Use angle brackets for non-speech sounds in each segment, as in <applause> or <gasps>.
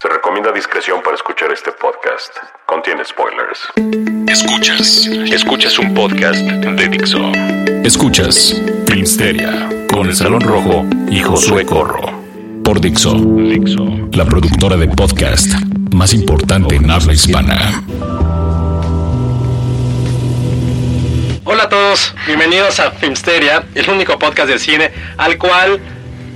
Se recomienda discreción para escuchar este podcast. Contiene spoilers. Escuchas, escuchas un podcast de Dixo. Escuchas Filmsteria con el Salón Rojo y Josué Corro. Por Dixo, Dixo, la productora de podcast más importante en habla hispana. Hola a todos, bienvenidos a Filmsteria, el único podcast de cine al cual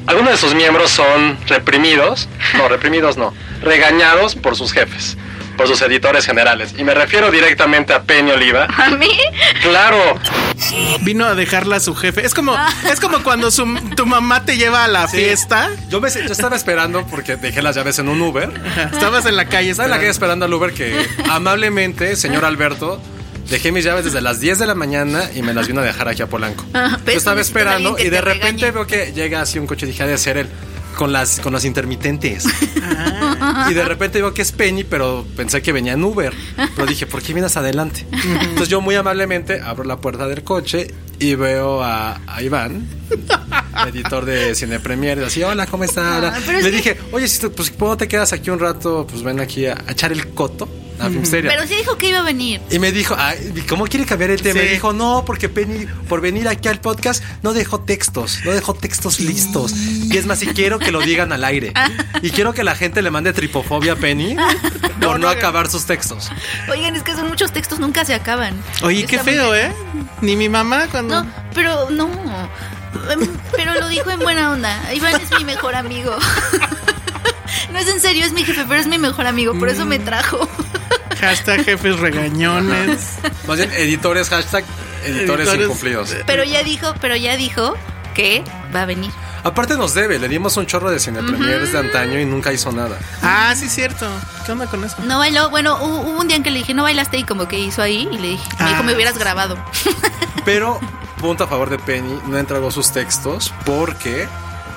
algunos de sus miembros son reprimidos, no, reprimidos no, regañados por sus jefes, por sus editores generales. Y me refiero directamente a Peña Oliva. ¿A mí? Claro, Vino a dejarla a su jefe. Es Ah. como, es como cuando su- tu mamá te lleva a la fiesta. Yo, me, yo estaba esperando porque dejé las llaves en un Uber. Estabas en la calle. Estaba en la calle esperando esperando. al Uber que amablemente, señor Alberto, dejé mis llaves desde las 10 de la mañana y me las vino a dejar aquí a Polanco. Pues, Yo estaba está bien esperando que y te de repente regañe. veo que llega así un coche y dije, ha de ser él. Con las, con las intermitentes. Ah. Y de repente veo que es Penny, pero pensé que venía en Uber. Pero dije, ¿por qué vienes adelante? Entonces yo muy amablemente abro la puerta del coche y veo a, a <laughs> Iván, editor de Cine Premier, y así, hola, ¿cómo está? Ah, pero es Le que- dije, oye, si te- pues, ¿cómo te quedas aquí un rato? Pues ven aquí a, a echar el coto a Filmsteria. Pero sí dijo que iba a venir. Y me dijo, ay, ¿cómo quiere cambiar el tema? Sí. Me dijo, no, porque Penny, por venir aquí al podcast, no dejó textos, no dejó textos listos. Y es más, si quiero que lo digan al aire. Y quiero que la gente le mande tripofobia a Penny por <laughs> no acabar sus textos. Oigan, es que son muchos textos, nunca se acaban. Oye, qué Está muy- feo, ¿eh? Ni mi mamá cuando. No, pero no. Em, Pero lo dijo en buena onda. Iván es mi mejor amigo. <laughs> No es en serio, es mi jefe, pero es mi mejor amigo, por eso me Mm. trajo. Hashtag <laughs> jefes regañones. Más bien, editores, hashtag editores, Editores. incumplidos. Pero ya dijo, pero ya dijo que va a venir. Aparte nos debe, le dimos un chorro de cinepremieres de antaño y nunca hizo nada. Ah, sí, cierto. ¿Qué onda con eso? No bailó, bueno, hu- hubo un día en que le dije, no bailaste y como que hizo ahí y le dije, me dijo, Ah. me hubieras grabado. Pero, punto a favor de Penny, no entregó sus textos porque...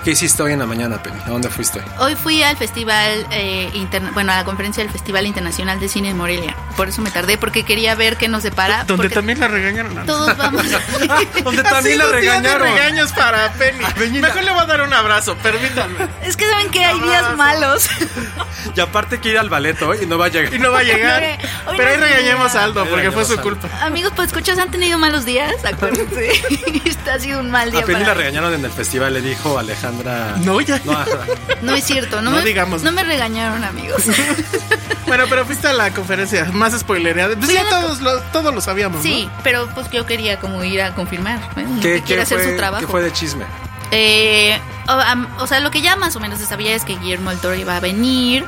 ¿Qué hiciste hoy en la mañana, Penny? ¿A dónde fuiste? Hoy fui al festival, eh, interna- bueno, a la conferencia del Festival Internacional de Cine en Morelia. Por eso me tardé, porque quería ver qué nos depara. Donde porque también la regañaron. ¿no? Todos vamos. <laughs> Donde Ha también sido la un día de regañaron. Ah, regaños para Penny. Mejor le voy a dar un abrazo, permítame. <laughs> es que saben que hay días malos. <laughs> Y aparte que ir al ballet hoy y no va a llegar. Y no va a llegar. Hombre, eh, hoy Pero no ahí es regañemos día. a Aldo, Ahí porque fue regañamos su a Aldo. culpa. Amigos, pues escuchas, han tenido malos <laughs> días, acuérdense. <laughs> este ha sido un mal día. A Penny para Ah, la mí. regañaron en el festival, le dijo Alejandra. ah, No, ya. <laughs> ajá. No es cierto, no, No me, digamos. No me <laughs> regañaron, amigos. Bueno, pero fuiste a la conferencia más spoilereada. Pues Fui a ya la todos lo, todos lo sabíamos. sí, ¿no? pero pues yo quería como ir a confirmar. ¿eh? Uno ¿Qué, que quiere qué hacer fue, su trabajo. qué fue de chisme? Eh, o, am- o sea, lo que ya más o menos se sabía es que Guillermo del Toro iba a venir.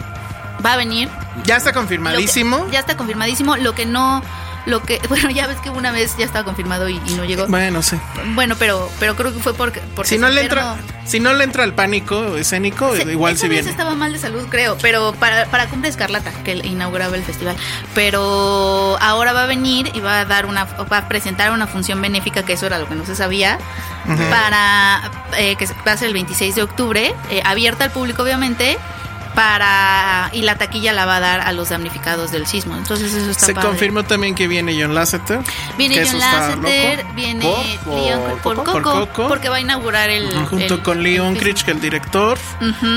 Va a venir. Ya está Lo que- confirmadísimo. ya está confirmadísimo. Lo que no. Lo que, <laughs> bueno, ya ves que una vez ya estaba confirmado y, y no llegó. Bueno, sí. Bueno, pero, pero creo que fue porque. porque Si se no, le enfermó. entra, si no le entra el pánico escénico, Se- igual esa si vez viene. estaba mal de salud, creo, pero para, para Cumbre Escarlata, que inauguraba el festival. Pero ahora va a venir y va a dar una, va a presentar una función benéfica, que eso era lo que no se sabía, para eh, que se- va a ser el 26 de octubre, eh, abierta al público, obviamente. para y la taquilla la va a dar a los damnificados del sismo. Entonces eso está Se padre. confirmó también que viene John Lasseter. Viene que John eso está Lasseter, loco. viene ¿Por? Leon- ¿Por por, Coco? Coco, ¿Por Coco? porque va a inaugurar el Junto el- con Leon el- Critch, que el director.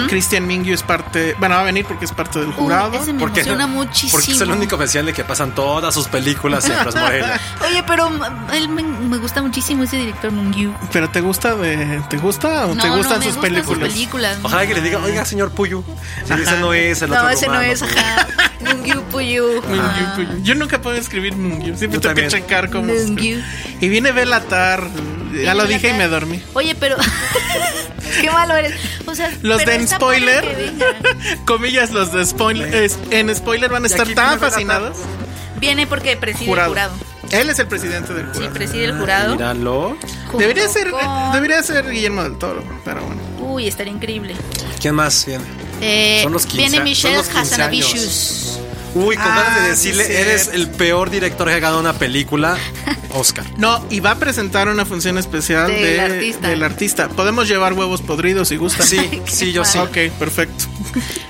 Christian Mingyu es parte. Bueno, va a venir porque es parte del Uy, jurado. ese me Porque, emociona porque es el muchísimo. único oficial de que pasan todas sus películas en Fras <laughs> Morelia. Oye, pero mm, él me, me gusta muchísimo ese director Mungyu. Pero ¿te gusta de, te gusta o te gustan me sus gustan películas? sus películas. Ojalá que le diga, oiga, señor Puyu. Sí, ese no es, el otro No, ese no rumano. es, ajá. Mungyu <laughs> Puyu. Mingyu, pues, Yo nunca puedo escribir Mingyu. Siempre Yo tengo que también. checar cómo. Mingyu. escribe. Y viene Belatar. Ya lo dije y me dormí. Oye, <laughs> pero. Qué malo eres. O sea, Los pero de está padre spoiler. que venga. Comillas, los de spoiler. es- en spoiler van a Y estar aquí tan viene Belatar. fascinados. Viene porque preside el jurado. Él es el presidente del Sí, jurado. preside el jurado. Míralo. junto debería ser, con- debería ser Guillermo del Toro, pero bueno. Uy, estaría increíble. ¿Quién más viene? Eh, Son los 15 viene son Michelle los 15 Hazanavicius. Uy, con Ah, ganas de sí, decirle, cierto. eres el peor director que ha ganado una <laughs> película, Oscar. No, y va a presentar una función especial Del de- artista. del artista. Podemos llevar huevos podridos si <laughs> gustan. Sí, sí, yo sí. Ok, perfecto.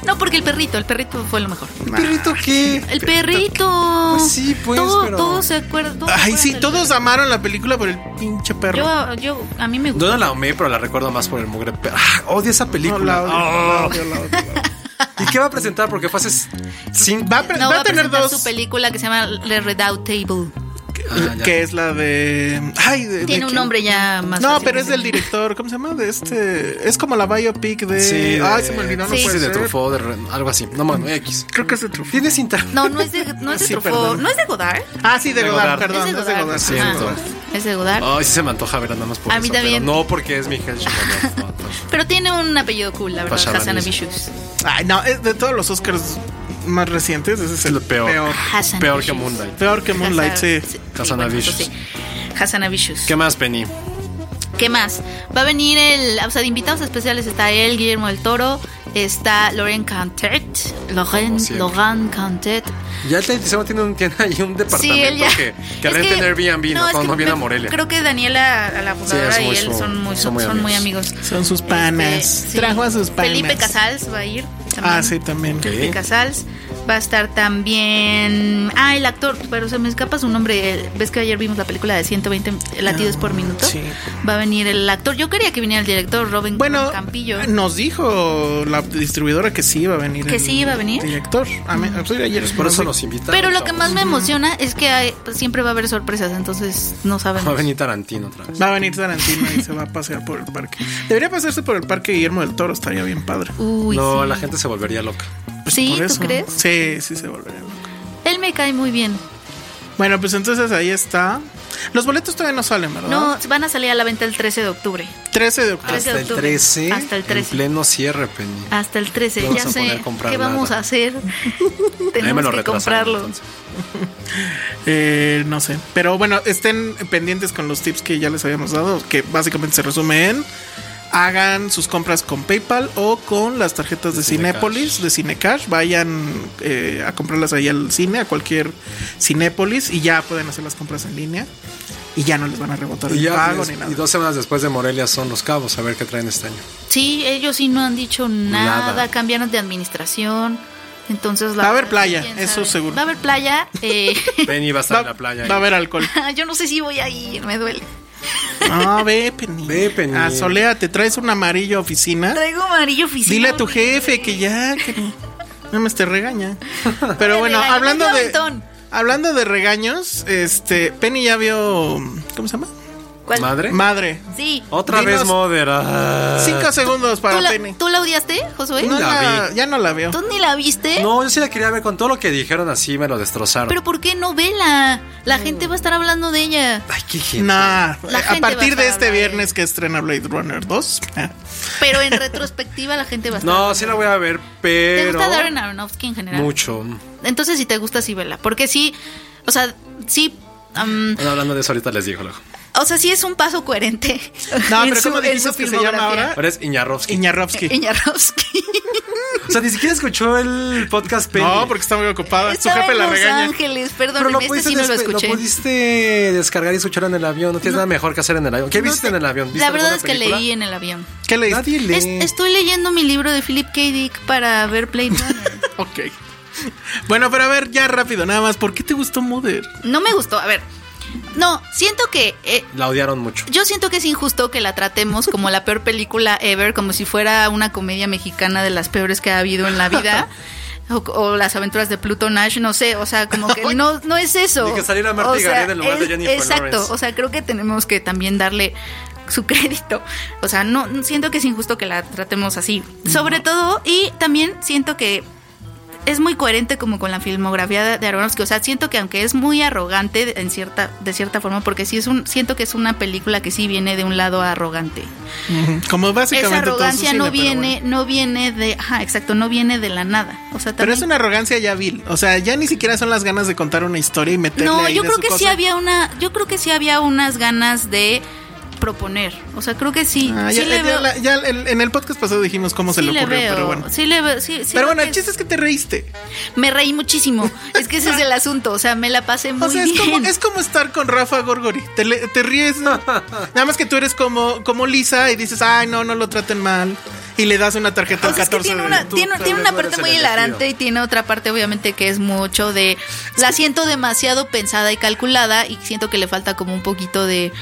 No, porque el perrito, el perrito fue lo mejor. ¿Perrito qué? El perrito. Pues sí, pues, Todo- pero- Todos se acuerdan. todos se Ay, sí, acuerdan del todos amaron la película por el pinche perro. perro. Yo, yo, a mí me Yo gusta. no la amé, pero la recuerdo más por el mugre. perro. Ah, odio esa No, película. Ah. la odio, la odio, la <laughs> odio, la odio. ¿Y qué va a presentar? Porque fue hace cinco. Va a, pre- No, va va a tener presentar dos. su película que se llama The Redoutable. Ah, ya. Que es la de. Ay, de- de Tiene un quién? nombre ya más. No, fácil. pero es del director. ¿Cómo se llama? De este. Es como la biopic de. Sí, de- Ay, se me olvidó. No Sí. puede sí, de ser. Truffaut, de Ren- algo así. No mames, X. Creo que es de Truffaut. Tiene cinta. No, no es de, no es de Sí, Truffaut, perdón. no es de Godard. <laughs> Ah, sí, de De Godard, Godard. perdón. es de Godard. Godard, sí, Ajá. es de Godard. Es de Godard. Ah. Ay, sí se me antoja ver nada más por A eso, mí también. pero no porque es Miguel <laughs> Shyamalan. Pero tiene un apellido cool, la verdad. Pashalan Hazanavicius. Ay, no, es de todos los Oscars más recientes, ese es Es el lo peor. peor. Hazanavicius. Peor que Moonlight. Peor que Moonlight, sí. pues Hazanavicius. Hazanavicius. ¿Qué más, Penny? ¿Qué más? Va a venir el. O sea, de invitados especiales está él, Guillermo del Toro. Está Lauren Cantet. Lauren, Como siempre. Lauren Cantet. Ya el Televisión tiene, un, tiene ahí un departamento que, que es renta en Airbnb, ¿no? es Cuando que viene a me- Morelia. Creo que Daniela, a la fundadora, muy y él su- son muy, son son, muy muy amigos. amigos. Son sus panas. Este, sí. Trajo a sus panas. Felipe Casals va a ir. también. Ah, sí, también. Felipe Casals. Va a estar también. Ah, el actor, pero se me escapa su nombre. ¿Ves que ayer vimos la película de 120 latidos Ah, por minuto? sí. Va a venir el actor. Yo quería que viniera el director, Robin Bueno, Campillo. nos dijo la distribuidora que sí iba a venir. ¿Que el sí iba a venir? Director. A mí- pues, ayer Por eso nos nos invitan. Pero lo chavos. que más me emociona es que hay- pues, siempre va a haber sorpresas, entonces no Va a sabemos. venir Tarantino otra vez. Va a venir Tarantino y se va a pasear por el parque. Debería pasarse por el parque Guillermo del Toro, estaría bien padre. Uy, no, sí. la gente se volvería loca. Pues ¿Sí? por ¿Tú eso. crees? Sí, sí se volvería. loco. Él me cae muy bien. Bueno, pues entonces ahí está. Los boletos todavía no salen, Ah. ¿verdad? No, van a salir a la venta el 13 de octubre. 13 de octubre. Trece Hasta de el octubre. 13. Hasta el 13. En pleno cierre, Penny. Hasta el 13, No vas ya a poder sé. comprar ¿Qué nada. vamos a <laughs> hacer? Ahí me Tenemos lo retrasaron, que Ah, comprarlo. entonces. Eh, no sé. Pero bueno, estén pendientes con los tips que ya les habíamos dado, que básicamente se resume en hagan sus compras con PayPal o con las tarjetas de, De Cinecash. Cinépolis, de Cinecash. Vayan eh, a comprarlas ahí al cine, a cualquier Cinépolis, y ya pueden hacer las compras en línea. Y ya no les van a rebotar Y, el ya, pago es- ni y nada. dos semanas después de Morelia son los cabos, a ver qué traen este año. Sí, ellos sí no han dicho nada, Nada. cambiaron de administración. Entonces la Va a haber verdad, playa, quién eso seguro. Va a haber playa. eh, <laughs> Penny va a estar Va, en la playa. va a <laughs> haber alcohol. yo no sé si voy a ir, me duele. No, ve, Penny. Ve, Penny. Ah, Solea, te traes un amarillo oficina. Traigo amarillo oficina. Dile a tu horrible. jefe que ya, que no- no me te <laughs> regaña. Pero Te bueno, regaña, hablando me dio de aventón. hablando de regaños, este Penny ya vio ¿cómo se llama? ¿Cuál? ¿Eh? ¿Madre? Madre. Sí. Otra Dinos- vez moderada. Cinco segundos ¿Tú para la, Penny. ¿Tú la odiaste, Josué? No la la- Ah. ya no la veo. ¿Tú ni la viste? No, yo sí la quería ver con todo lo que dijeron así, me lo destrozaron. ¿Pero por qué no vela? La gente va a estar hablando de ella. Ay, qué gente. Nah, La a gente partir va a de este hablar de- viernes que estrena Blade Runner ah, 2. Pero en retrospectiva la gente va a estar... No, sí la voy a ver, ¿Te pero. gusta Darren Aronofsky en general? Mucho. Entonces si te gusta, sí vela. Porque sí, o sea, sí... am, Bueno, hablando de eso ahorita les digo luego. O sea, sí es un paso coherente. No, en pero su- ¿cómo en dijimos su que se llama ahora? Pero es Iñarrovsky. Iñarrovsky. Iñarowski. O sea, ni siquiera escuchó el podcast Penny. No, porque está muy ocupada. Su Estaba jefe en la Los regaña. Ángeles, Pero lo perdóneme, este pudiste, sí no lo despe- escuché. pudiste descargar y escuchar en el avión. No tienes nada mejor que hacer en el avión. ¿Qué No viste sé. en el avión? ¿Viste La verdad alguna es que película? leí este en el avión. ¿Qué le dices? Nadie lee. Es- estoy leyendo mi libro de Philip K. Dick para ver Blade Runner. <laughs> Ok. Bueno, pero a ver, ya rápido, nada más. ¿Por qué te gustó Mother? No me gustó, a ver. No, siento que eh, La odiaron mucho. yo siento que es injusto que la tratemos como la peor película ever, como si fuera una comedia mexicana de las peores que ha habido en la vida. O, o las aventuras de Pluto Nash, no sé, o sea, como <laughs> que no, no es eso. Ni que saliera Marta y Gareda en lugar de Jennifer Exacto, Lawrence. o sea, creo que tenemos que también darle su <laughs> crédito. O sea, no siento que es injusto que la tratemos así. Sobre todo, y también siento que es muy coherente como con la filmografía de- de Aronofsky. O sea, siento que aunque es muy arrogante de- en cierta, de cierta forma, porque sí es un, siento que es una película que sí viene de un lado arrogante. Como Esa básicamente todo su arrogancia cine, no pero viene, bueno. no viene de, ajá, exacto, no viene de la nada. O sea, Pero también- es una arrogancia ya vil. O sea, ya ni siquiera son las ganas de contar una historia y meterle no, ahí yo de creo su que sí cosa. había una, yo creo que sí había unas ganas de proponer. O sea, creo que sí. Ah, sí ya, le ya veo. la- ya el- en el podcast pasado dijimos cómo se sí le le ocurrió, veo. pero bueno. Sí le veo. sí- sí creo pero bueno, el que chiste es que te reíste. Me reí muchísimo. es que <laughs> ese es el asunto. O sea, me la pasé muy O sea, es bien. como, es como estar con Rafa Gorgori. Te, le- <laughs> te ríes. Nada más que tú eres como, como Lisa y dices, ay, no, no lo traten mal. Y le das una tarjeta O al sea, es que 14 tiene de una, tú. tiene, tal tiene vez una no parte eres muy el hilarante elegido. y tiene otra parte obviamente que es mucho de... La siento demasiado pensada y calculada y siento que le falta como un poquito de...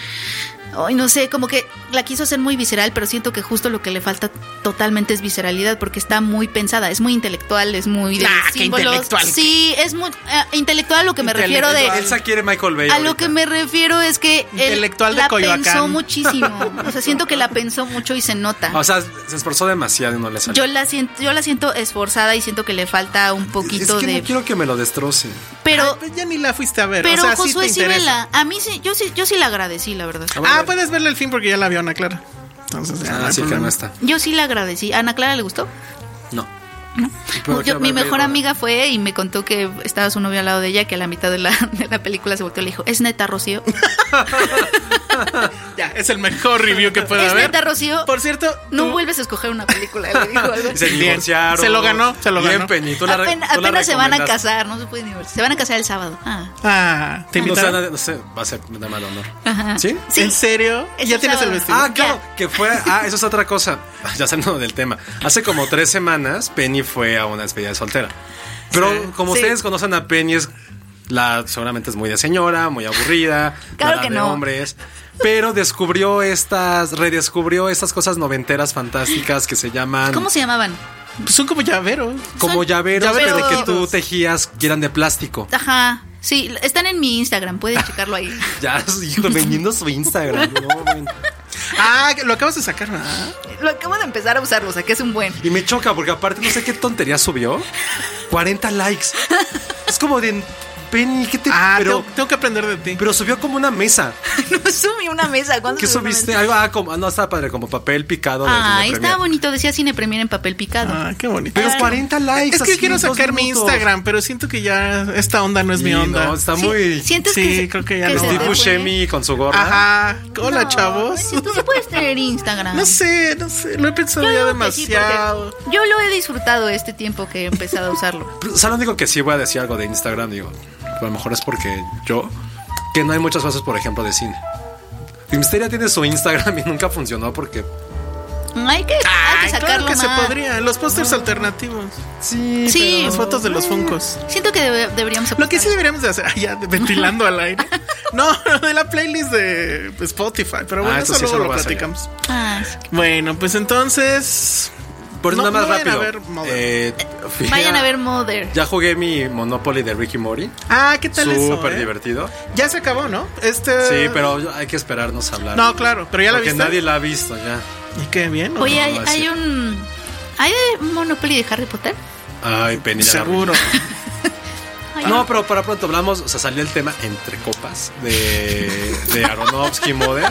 Ay, no sé, como que la quiso hacer muy visceral, pero siento que justo lo que le falta totalmente es visceralidad porque está muy pensada, es muy intelectual, es muy de Nah, Ah, qué símbolos. intelectual. Sí, es muy eh, intelectual a lo que me refiero de Elsa quiere Michael Bay. a ahorita. lo que me refiero es que él Intelectual de la Coyoacán. pensó muchísimo. O sea, siento que la pensó mucho y se nota. O sea, se esforzó demasiado y no le salió. Yo la siento, yo la siento esforzada y siento que le falta un es poquito que de. no quiero que me lo destroce. Ay, Pero, pues ya ni la fuiste a ver. pero o sea, sí te Josué sí, interesa. vela. A mí sí, yo sí, yo sí la agradecí, la verdad. Ah, Ah, bueno. puedes verle el fin porque ya la vio Ana Clara. Entonces, Pues, ya no hay Así Ah, que problema. no está. Yo sí la agradecí. ¿A Ana Clara le gustó? No. Yo- mi mejor amiga fue y me contó que estaba su novio al lado de ella, que a la mitad de la, <laughs> de la película se volteó y le dijo, ¿es neta, Rocío? Ya, es el mejor review que puede ¿Es haber. neta, Rocío? Por cierto, No tú- vuelves a escoger una película, le dijo <laughs> algo así. Se divorciaron. Se lo ganó, se lo Bien, ganó. Penny. Tú la re- Apen- tú la apenas se van a recomendaste. casar, no se pueden divorciar. Se van a casar el sábado. Ah. Ah, te No, sé, invitaron. no sé, va a ser de mal honor. ¿Sí? Sí. ¿En serio? Es ¿Ya el tienes el sábado. vestido? Ah, claro, Ya. que fue. Ah, eso es otra cosa. <laughs> Ya saliendo del tema. Hace como tres semanas, Penny fue a una despedida de soltera. Pero como Sí. ustedes conocen a Penny, es la, seguramente es muy de señora, muy <laughs> aburrida, Claro nada que de no. hombres. Pero descubrió estas, redescubrió estas cosas noventeras fantásticas que se llaman ¿Cómo se llamaban? Pues son como llaveros. como son llaveros, llaveros pero que tú tejidos? tejías que eran de plástico. <laughs> Ajá. Sí, están en mi Instagram, pueden checarlo ahí. Ya, <laughs> hijo, vendiendo su Instagram. no, bueno. Ah, que lo acabas de sacar, ¿verdad? Lo acabo de empezar a usar, o sea, que es un buen. Y me choca porque aparte no sé qué tontería subió. 40 likes. Es como de Penny, ¿qué te Ah, pero, tengo, tengo que aprender de ti. pero subió como una mesa. <laughs> No subí una mesa. ¿Cuándo ¿Qué subí una subiste? mesa? Algo, ah, como, ah, no, estaba padre, como papel picado. de Ah, Cine estaba Premier. bonito, decía cine premier en papel picado. Ah, qué bonito. Pero 40 likes. es que así, quiero dos sacar mi minutos. Instagram, pero siento que ya esta onda no es mi Y onda. No, está Sí, muy. ¿Sientes Ah, Sí, que se- creo que ya no. se Steve te fue? Buscemi con su gorra. Ajá. Hola, No, chavos. <laughs> sí, Tú sí puedes tener Instagram. No sé, no sé. Lo he pensado Yo ya digo que sí, porque demasiado. yo lo he disfrutado este tiempo que he empezado a usarlo. O sea, lo único que sí voy a decir algo de Instagram, digo, a lo mejor es porque yo, que no hay muchas cosas, por ejemplo, de cine. Filmsteria tiene su Instagram <laughs> y nunca funcionó porque Hay que, hay que Ay, sacarlo claro que más. Ah. se podría. Los pósters alternativos. sí, Sí. Ah. Las fotos de los funcos. Siento que debe- deberíamos Lo que sí apostar. deberíamos de hacer, <laughs> ay, ya de- ventilando al aire. No, de la playlist de Spotify. Pero bueno, Ah, eso, eso sí, eso luego lo lo vas a platicamos. Ah, sí. Bueno, pues entonces. Por eso No- nada más no vayan rápido. a ver Mother. Eh, fui Vayan a ver Mother. Ya jugué mi Monopoly de Ricky Mori. Ah, ¿qué tal eso? Súper eh? divertido. Ya se acabó, ¿no? Este. Sí, pero hay que esperarnos a hablar. No, claro, pero ya la Porque viste. nadie la ha visto ya. Y qué bien. ¿no? Oye, hay, no, hay sí. un. ¿Hay un Monopoly de Harry Potter? Ay, Penny. ya la Seguro. Ay, arruiné. No, pero para pronto hablamos, o sea, salió el tema entre copas de, de Aronofsky Mother.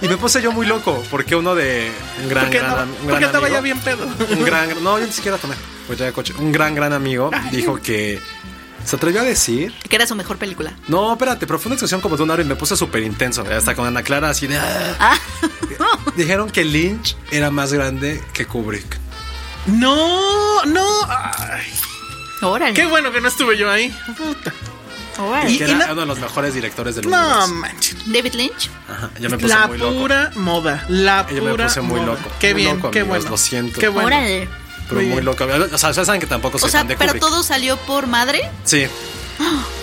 Y me puse yo muy loco, porque uno de un gran, Porque gran, andaba, am- un gran porque andaba amigo- ya bien pedo. un gran, no, yo ni siquiera tomé. Pues ya de coche. Un gran, gran amigo dijo que ¿Se atrevió a decir? Que era su mejor película. No, espérate, pero fue una discusión como de una hora y me puse súper intenso. ¿eh? Hasta con Ana Clara así de... "Ah". Ah, <laughs> Dijeron que Lynch era más grande que Kubrick. No, no. ay, órale. qué bueno que no estuve yo ahí. Puta. Pues, órale. Y- Que era la- uno de los mejores directores del No universo. manches. David Lynch. Ajá, yo me puse La muy loco. pura moda. La Yo pura. me puse muy moda. loco, Qué muy bien, loco, qué amigos, bueno. lo siento. Qué bueno. Órale. Pero Muy muy bien. loco. O sea, ustedes saben que tampoco soy O sea, fan de pero Kubrick. todo salió por madre. <gasps> Sí.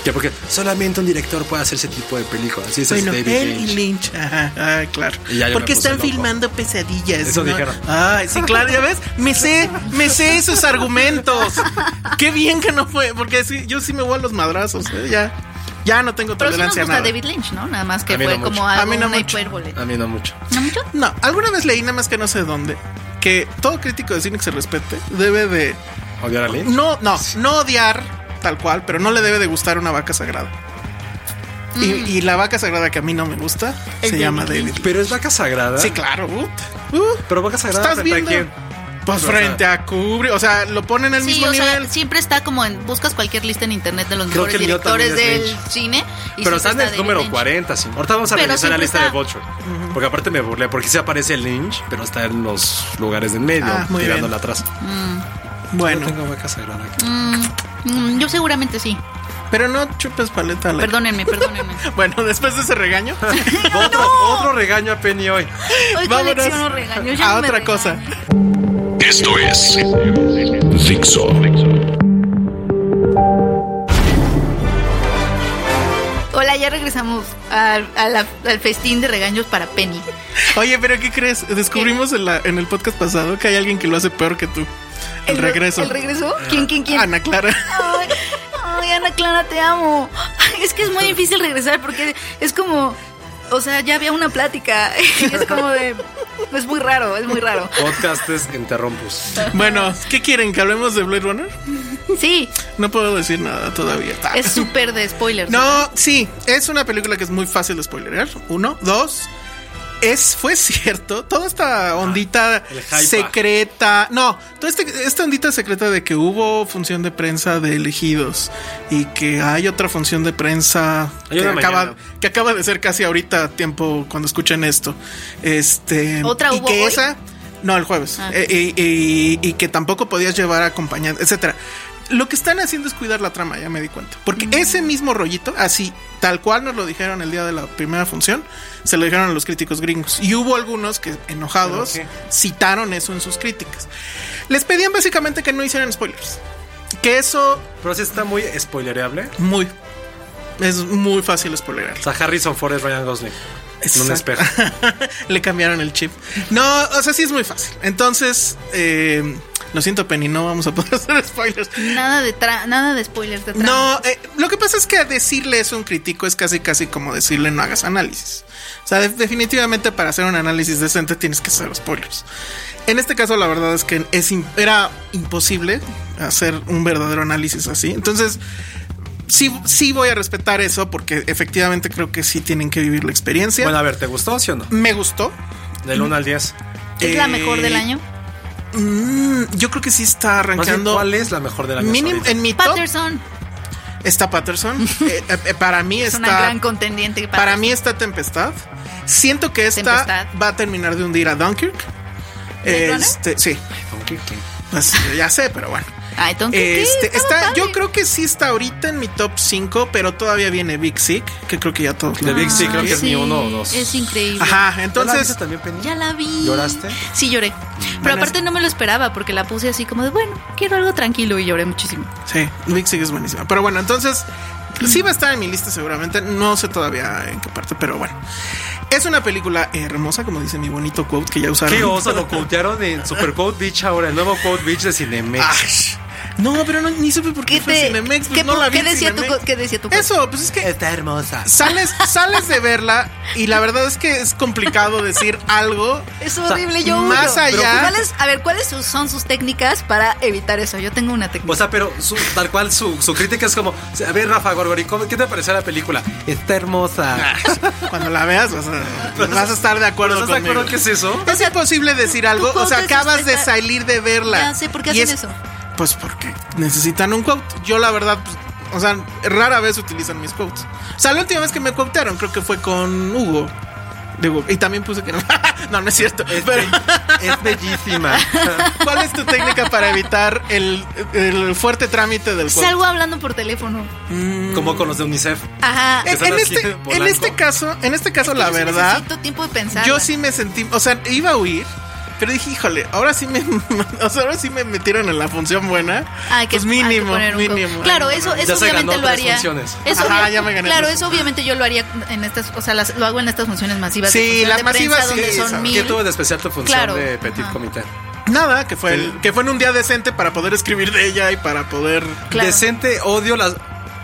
Que porque solamente un director puede hacer ese tipo de películas. Así es Bueno, David él Lynch. y Lynch. <laughs> Ajá, ah, claro. Y ya yo Porque me puse están loco. filmando pesadillas. Eso ¿no? dijeron. Ay, sí, claro, ya ves. Me sé, me sé esos argumentos. Qué bien que no fue. Porque sí, yo sí me voy a los madrazos. eh, Ya, ya no tengo Pero sí nos tolerancia a gusta nada. David Lynch, ¿no? Nada más A que mí fue no mucho. Ah. como A algo, mí no una mucho. hipérbole. A mí no mucho. ¿No mucho? No, alguna vez leí, nada más que no sé dónde, que todo crítico de cine que se respete debe de. ¿Odiar a Lynch? No, no, no odiar tal cual, pero no le debe de gustar una vaca sagrada. Y, Mm. y la vaca sagrada que a mí no me gusta Es se llama David David. Pero es Vaca Sagrada. Sí, claro. puta. Uh, Pero Vaca Sagrada. ¿Estás frente a viendo? quién? Pues frente a Kubrick, o sea, lo ponen al Sí, mismo o sea, nivel. siempre está como en. Buscas cualquier lista en internet de los Creo que mejores el mío directores también es del Lynch. cine. y Pero siempre está en el David número Lynch. 40, sí. Ahorita vamos a Pero revisar la siempre lista está- de Vulture. Porque aparte me burlé, porque sí aparece Lynch, pero está en los lugares de en medio, Ah, muy tirándola atrás. Bueno, No tengo Vaca Sagrada aquí. Mm, yo seguramente sí. pero no chupes paleta. a la- <laughs> Perdónenme, perdónenme. <laughs> Bueno, después de ese <laughs> regaño, otro, otro regaño a Penny hoy. Hoy vámonos colecciono regaños. ya a no me otra regañan. cosa. Esto es Dixo. Hola, ya regresamos al- a la- al festín de regaños para Penny. Oye, pero ¿qué crees? Descubrimos en, la- en el podcast pasado que hay alguien que lo hace peor que tú. El, re- regreso. ¿El regreso? ¿Quién, quién, quién? Ana <laughs> Clara. Ay, ay, Ana Clara, te amo. Ay, Es que es muy difícil regresar porque es como. O sea, ya había una plática. <laughs> Es como de. Es muy raro, es muy raro. Podcast es Interrompus. Bueno, ¿qué quieren? ¿Que hablemos de Blade Runner? Sí, No puedo decir nada todavía. Ah. es súper de spoilers. No, sí, es una película que es muy fácil de spoilerear. Uno, dos. Es, fue <laughs> cierto, toda esta ondita Ah, el hype. secreta. No, toda este- esta ondita secreta de que hubo función de prensa de elegidos y que hay otra función de prensa Hay que una acaba, mañana. que acaba de ser casi ahorita tiempo cuando escuchen esto. Este. ¿Otra y hubo que hoy? esa. No, el jueves. Ah. Eh, y, y- y que tampoco podías llevar acompañante, etcétera. Lo que están haciendo es cuidar la trama, ya me di cuenta. Porque ese mismo rollito, así, tal cual nos lo dijeron el día de la primera función, se lo dijeron a los críticos gringos. Y hubo algunos que, enojados, ¿Pero citaron eso en sus críticas. Les pedían básicamente que no hicieran spoilers. Que eso, Pero sí está muy spoilereable. muy. Es muy fácil spoilerar. O sea, Harrison Ford es Ryan Gosling. En un Exacto. espejo. <laughs> Le cambiaron el chip. No, o sea, sí es muy fácil. Entonces, eh, lo siento, Penny, no vamos a <laughs> poder hacer spoilers. Nada de, tra- nada de spoilers de trama. No, eh, lo que pasa es que decirle eso a un crítico es casi casi como decirle no hagas análisis. O sea, de- definitivamente para hacer un análisis decente tienes que hacer spoilers. En este caso la verdad es que es im- era imposible hacer un verdadero análisis así. Entonces, sí, sí voy a respetar eso porque efectivamente creo que sí tienen que vivir la experiencia. Bueno, a ver, ¿te gustó sí o no? Me gustó. Del 1 al 10. ¿Es la eh, mejor del año? Mm, yo creo que sí está Más bien, arrancando. ¿Cuál es la mejor de la Mínimo en mi top Patterson está <laughs> Patterson. Eh, eh, para mí es está una gran contendiente. Para mí está Tempestad. Siento que esta Tempestad. va a terminar de hundir a Dunkirk. ¿Blade Runner? Este, sí, pues, ya sé, pero bueno. Ah, entonces, ¿qué? Este, Estaba está, padre. yo creo que sí está ahorita en mi top 5, pero todavía viene Big Sick, que creo que ya todos De lo- Big Sick, creo que es Sí, mi uno o dos. Es increíble. Ajá, entonces, Entonces. también, Penny? Ya la vi. ¿Lloraste? Sí, lloré. Pero Bueno, aparte no me lo esperaba porque la puse así como de, bueno, quiero algo tranquilo y lloré muchísimo. sí, Big Sick es buenísima. Pero bueno, entonces sí va a estar en mi lista seguramente. No sé todavía en qué parte, pero bueno. Es una película hermosa, como dice mi bonito quote que ya usaron. Qué oso, lo quotearon en Super Code Beach ahora, el nuevo Code Beach de Cinemex. Ay, no, pero no, ni supe por qué, ¿Qué, fue te, Cinemex, pues ¿qué, no por- la vi qué en decía tu, Cinemex. co- qué decía tu co- Eso, pues es que Está hermosa. sales, <laughs> sales de verla y la verdad es que es complicado decir algo. Es horrible, yo huyo. más allá- Pero, ¿cuál es- a ver, ¿cuáles sus- son sus técnicas para evitar eso? Yo tengo una técnica. O sea, pero su- tal cual su, su crítica es como, a ver, Rafa Gorgori, ¿cómo- ¿qué te pareció la película? Está hermosa. Ah, Cuando la veas vas a, vas a estar de acuerdo ¿Estás de conmigo. acuerdo qué es eso? Es imposible decir algo, o sea, quote es acabas de esta- salir de verla. Ya sé, ¿por qué Pues, Y hacen eso? Pues porque necesitan un quote. Yo la verdad, pues, O sea, rara vez utilizan mis quotes. O sea, la última vez que me quotearon creo que fue con Hugo. Digo, y también puse que no. <laughs> no, no es cierto. Este. pero- Es bellísima. ¿Cuál es tu técnica para evitar el, el fuerte trámite del quote? Salgo hablando por teléfono. <laughs> Como con los de UNICEF. Ajá. que En, son en así, este, volando. en este caso, en este caso, Es que la yo sí verdad, Necesito tiempo de pensar. yo sí me sentí, o sea, iba a huir, pero dije, híjole, ahora sí me, <laughs> o sea, ahora sí me metieron en la función buena. Hay que, pues hay que mínimo, poner un co- mínimo. Claro, eso, eso se ganó obviamente lo tres haría. funciones. Eso Ajá, obvia- ya me gané Claro, tres. eso obviamente yo lo haría en estas, o sea, las- lo hago en estas funciones masivas. de Sí, función las de prensa, masivas sí, donde esa- son ¿Qué ¿Qué mil. tuvo de especial tu función Claro. de Petit Ajá. Comité? Nada, que fue el, que fue en un día decente para poder escribir de ella y para poder. Claro. Decente, odio las.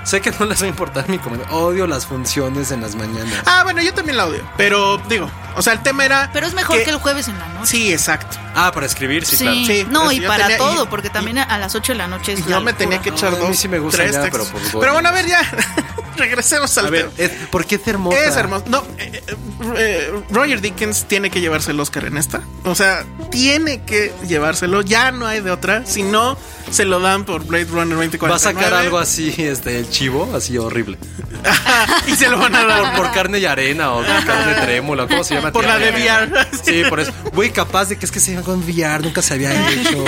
Sé que no les va a importar mi comentario. Odio las funciones en las mañanas. Ah, bueno, yo también la odio, pero digo, o sea, el tema era. Pero es mejor que, el jueves en la noche. Sí, exacto. Ah, para escribir, sí, Sí. claro. Sí, no, pues y yo para tenía- todo, y- porque también a las 8 de la noche es Y la yo me tenía que locura. echar No, a mí dos, sí me gusta tres ya, textos. pero pues, Pero, bueno. bueno, a ver ya, <laughs> regresemos al A ver, tema. es, ¿por qué es hermosa? Es hermoso. No, eh, eh, eh, Roger Dickens tiene que llevarse el Oscar en esta. O sea, tiene que llevárselo. Ya no hay de otra. Si no, se lo dan por Blade Runner 2049. Va a sacar algo así, este, el chivo, así horrible. <laughs> y se lo van a Por, dar por carne y arena o por carne trémula, ¿cómo se llama? Por la de Tierra. <laughs> VR. Sí, por eso. Güey, capaz de que es que se iban con VR, nunca se había <laughs> hecho.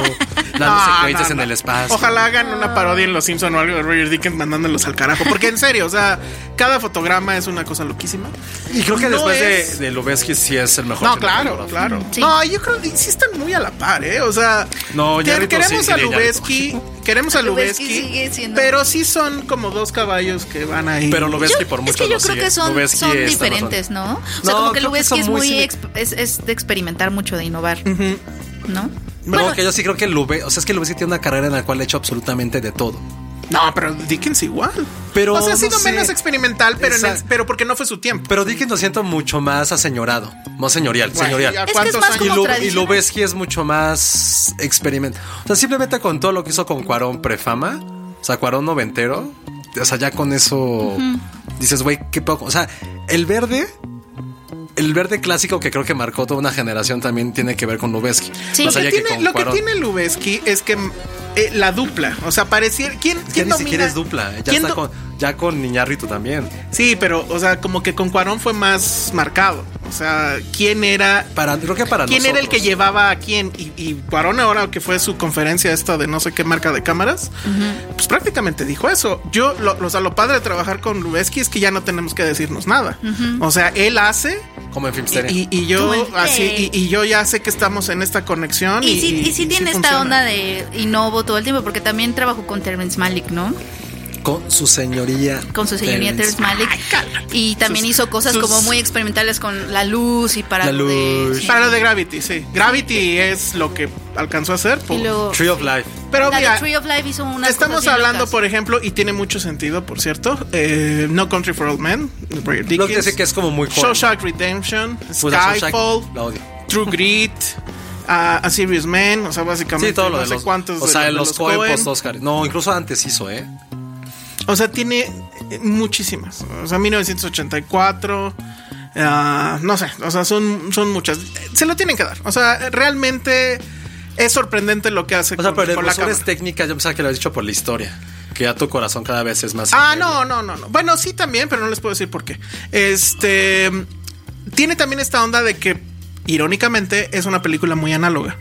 Dándose No, cohetes no, en no. el espacio. Ojalá hagan una parodia en Los Simpson o algo de Roger Dickens mandándolos al carajo. Porque en serio, o sea, cada fotograma es una cosa loquísima. Y creo que No después es- de, de Lubeski sí es el mejor. No, claro, cinematógrafo. claro. Sí. No, yo creo que sí están muy a la par, ¿eh? O sea, No, que- Jarrett queremos a Osiri, Jarrett Lubeski, queremos a Lubeski Lubeski, sigue siendo- pero sí son como dos caballos que van ahí. Pero <laughs> Yo- Lubeski por mucho es que yo lo creo sigue. que son, Lubeski son está más diferentes, alto. ¿no? O sea, No, como que creo que Lubeski son es muy muy simi- exp- es, es de experimentar mucho, de innovar, ¿no? No, Bueno, que yo sí creo que Lube, o sea, es que Lubeski tiene una carrera en la cual ha hecho absolutamente de todo. No, pero Dickens igual. Pero o sea, ha sido no sé. menos experimental, pero, en el- Exacto. pero porque no fue su tiempo. Pero Dickens lo siento mucho más aseñorado, no señorial, Bueno, señorial. ¿y a Es que es cuántos más años? Y, como Lu- y tradicional. Lubeski es mucho más experimental. O sea, simplemente con todo lo que hizo con Cuarón prefama, o sea, Cuarón noventero, o sea, ya con eso dices, güey, qué poco. O sea, el verde, el verde clásico que creo que marcó toda una generación también tiene que ver con Lubeski. Sí. Más lo allá que que tiene, con lo que Cuarón. tiene Lubeski es que eh, la dupla, o sea, pareciera. ¿Quién, Es que quién ni domina? siquiera es dupla, eh, ya ¿Quién está do- con, ya con Niñarrito también. Sí, pero, o sea, como que con Cuarón fue más marcado. O sea, ¿quién era Para, creo que para ¿Quién era el que nosotros. llevaba a quién? Y, y Cuarón ahora que fue su conferencia esta de no sé qué marca de cámaras, pues prácticamente dijo eso. Yo, lo, o sea, lo padre de trabajar con Lubeski es que ya no tenemos que decirnos nada. O sea, él hace Como en Filmsteria. y, y- y yo Tú, así, eh. y, y yo ya sé que estamos en esta conexión. y, sí, y sí tiene esta funciona. onda de innovo todo el tiempo, porque también trabajo con Terrence Malick, ¿no? con su señoría. Con su señoría Terrence Malick. Y también Sus- hizo cosas sus- como muy experimentales con la luz y para La lo de- luz. sí. Para lo de Gravity, sí. Gravity es lo que alcanzó a hacer. pues. Y luego, Tree of Life. Pero la de mira, Tree of Life hizo unas Estamos cosas bien hablando, locas. por ejemplo, y tiene mucho sentido, por cierto, eh, No Country for Old Men, de Roger Lo que Dickens, sé que es como muy joven. Shawshank Redemption, Pues a Shawshank Skyfall, la odio. True Grit, a, a Serious Man, o sea, básicamente Sí, todo lo no de sé los, cuántos o sea, de los, Coen. Coen post Oscar. No, incluso antes hizo, ¿eh? O sea, tiene eh, muchísimas. O sea, 1984. ah, no sé, o sea, son, son muchas. Eh, Se lo tienen que dar. O sea, realmente es sorprendente lo que hace O sea, pero con, este de con la cámara. cuestiones técnicas, yo pensaba que lo había dicho por la historia. Que ya tu corazón cada vez es más. Ah, sensible. no, no, no, no. Bueno, sí también, pero no les puedo decir por qué. Este tiene también esta onda de que irónicamente es una película muy análoga.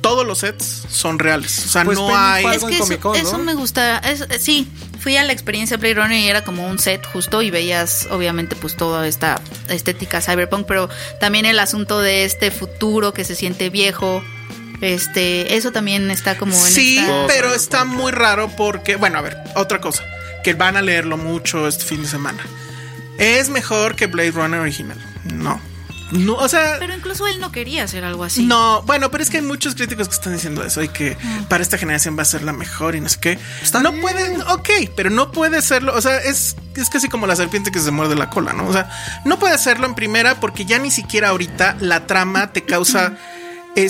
Todos los sets son reales, o sea, Pues no Penny hay fue- Es algo que en eso, Comic Con, ¿no? eso me gusta. es- eh, sí, fui a la experiencia Play Runner y era como un set justo y veías obviamente pues toda esta estética cyberpunk, pero también el asunto de este futuro que se siente viejo. Este, eso también está como en Sí, esta- pero está muy raro porque, bueno, a ver, otra cosa, que van a leerlo mucho este fin de semana. Es mejor que Blade Runner original. No. No, o sea, Pero incluso él no quería hacer algo así. no, bueno, pero es que hay muchos críticos que están diciendo eso y que Mm. para esta generación va a ser la mejor y no sé qué. Pues no pueden, ok, pero no puede serlo. O sea, es, es casi como la serpiente que se muerde la cola, ¿no? O sea, no puede serlo en primera porque ya ni siquiera ahorita la trama te <laughs> causa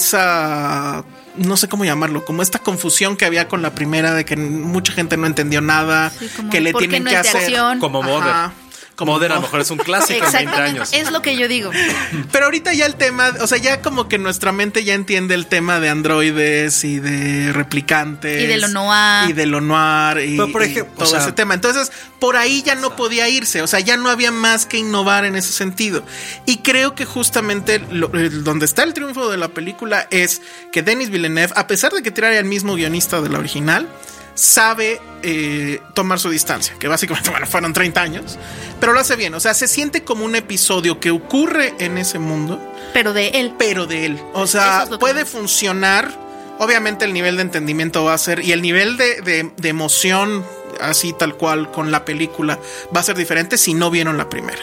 esa. No sé cómo llamarlo, como esta confusión que había con la primera de que mucha gente no entendió nada, Sí, como, que le ¿por qué tienen no que es de hacer. acción? Como Ajá. Mother. Modern a lo mejor es un clásico en 20 años. Exactamente, es lo que yo digo. Pero ahorita ya el tema, o sea, ya como que nuestra mente ya entiende el tema de androides y de replicantes. Y de lo noir. Y de lo noir y, Pero, por y ejemplo, todo o sea- ese tema. Entonces, por ahí ya no podía irse, o sea, ya no había más que innovar en ese sentido. Y creo que justamente lo- eh, donde está el triunfo de la película es que Denis Villeneuve, a pesar de que trae al mismo guionista de la original, sabe eh, tomar su distancia, que básicamente <laughs> bueno, fueron 30 años, pero lo hace bien, o sea, se siente como un episodio que ocurre en ese mundo, Pero de él. pero de él, o Eso sea, es lo que puede me- funcionar, obviamente el nivel de entendimiento va a ser, y el nivel de, de- de emoción, así tal cual con la película, va a ser diferente si no vieron la primera.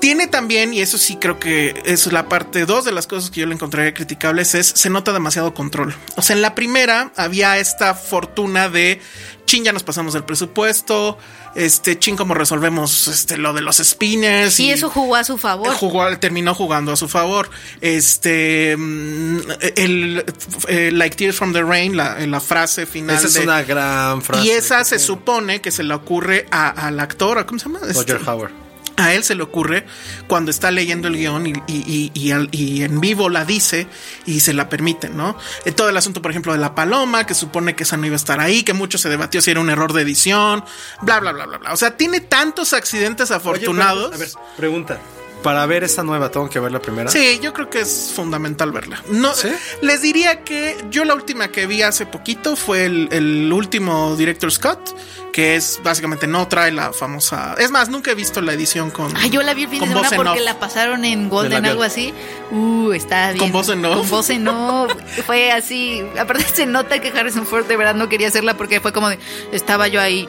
Tiene también, y eso sí creo que es la parte dos de las cosas que yo le encontraría criticables, es se nota demasiado control. O sea, en la primera había esta fortuna de chin, ya nos pasamos del presupuesto, este chin, cómo resolvemos este, lo de los spinners. Y eso jugó a su favor. Jugó al- terminó jugando a su favor. Este, mm, el, eh, Like Tears from the Rain, la, la frase final. Esa es de- una gran frase. y esa se supone que se le ocurre a- al actor, ¿a ¿cómo se llama? Este, Roger Howard. a él se le ocurre cuando está leyendo el guión y, y- y- y al- y en vivo la dice y se la permiten, ¿no? Eh, Todo el asunto, por ejemplo, de la paloma, que supone que esa no iba a estar ahí, que mucho se debatió si era un error de edición, bla, bla, bla, bla, bla. O sea, tiene tantos accidentes afortunados. pues, a ver, pregunta. Para ver esta nueva, tengo que ver la primera. Sí, yo creo que es fundamental verla. No, ¿Sí? les diría que yo la última que vi hace poquito fue el, el último Director Scott, que es básicamente no trae la famosa. Es más, nunca he visto la edición con. Ah, yo la vi el fin de con semana voz en porque off. la pasaron en Golden, vi. algo así. Uh, está bien. ¿Con voz en off? Con voz en <laughs> off. fue así. Aparte, se nota que Harrison Ford de verdad no quería hacerla porque fue como de. Estaba yo ahí,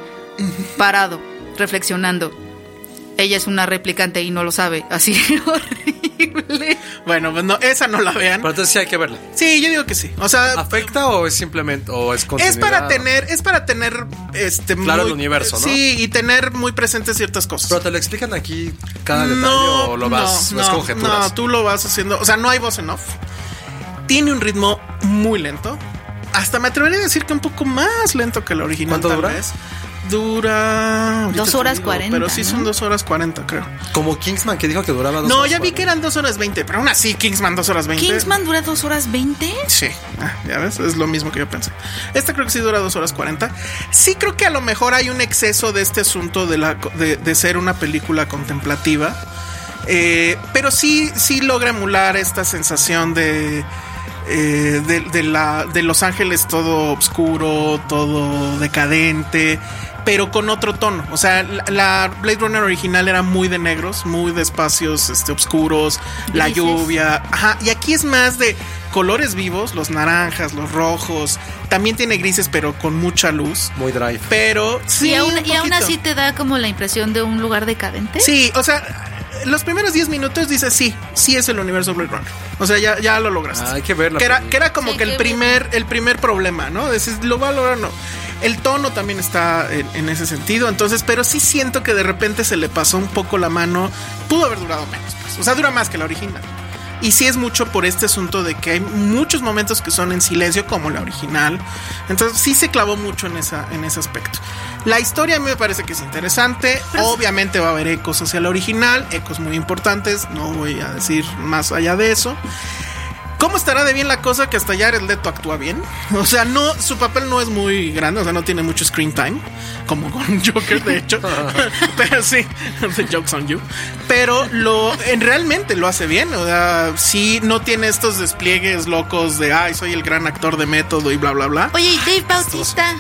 parado, reflexionando. Ella es una replicante y no lo sabe. Así <laughs> horrible. Bueno, pues no, esa no la vean. Pero entonces sí hay que verla. Sí, yo digo que sí. O sea, ¿Afecta o es simplemente o es es para Ah, continuidad? tener, es para tener este Claro, el universo, ¿no? Sí, y tener muy presentes ciertas cosas. Pero te lo explican aquí cada detalle o lo vas, no, las no, conjeturas. No, tú lo vas haciendo. O sea, no hay voz en off. Tiene un ritmo muy lento. Hasta me atrevería a decir que un poco más lento que el original. ¿Cuánto tal dura? vez. Dura. ahorita Dos te horas digo, 40, Pero sí son ¿no? dos horas 40, creo. Como Kingsman que dijo que duraba dos No, horas ya vi cuarenta. que eran dos horas 20, pero aún así, Kingsman, dos horas 20. ¿Kingsman dura dos horas veinte? Sí, ah, ya ves, es lo mismo que yo pensé. Esta creo que sí dura 2 horas 40. Sí creo que a lo mejor hay un exceso de este asunto de, la, de, de ser una película contemplativa. Eh, pero sí, sí logra emular esta sensación de, eh, de, de la, de Los Ángeles todo oscuro, todo decadente, pero con otro tono. O sea, la, la Blade Runner original era muy de negros, muy de espacios este, oscuros, la Grises. lluvia. Ajá, y aquí es más de colores vivos, los naranjas, los rojos. También tiene grises, pero con mucha luz. Muy drive. Pero sí, y, aún, un y aún poquito. así ¿eh? te da como la impresión de un lugar decadente. Sí, o sea, los primeros 10 minutos dices sí, sí es el universo Blade Runner. O sea, ya, ya lo lograste. Ah, hay que verla, Que era, pero- que era como Sí, que el qué primer, el primer problema, ¿no? Dices, ¿lo va a lograr o no? El tono también está en, en ese sentido. Entonces, pero sí siento que de repente se le pasó un poco la mano. Pudo haber durado menos. pues. O sea, dura más que la original. Y sí es mucho por este asunto de que hay muchos momentos que son en silencio, como la original. Entonces sí se clavó mucho en, esa, en ese aspecto. La historia a mí me parece que es interesante. Obviamente va a haber ecos hacia la original, ecos muy importantes. No voy a decir más allá de eso. ¿Cómo estará de bien la cosa que hasta Jared Leto actúa bien? <laughs> O sea, no, su papel no es muy grande, o sea, no tiene mucho screen time, como con <laughs> Joker, de hecho. Pero sí, <laughs> the joke's on you. Pero lo, en, realmente lo hace bien, o sea, sí, no tiene estos despliegues locos de, ay, soy el gran actor de método y bla, bla, bla. Oye, y Dave Bautista.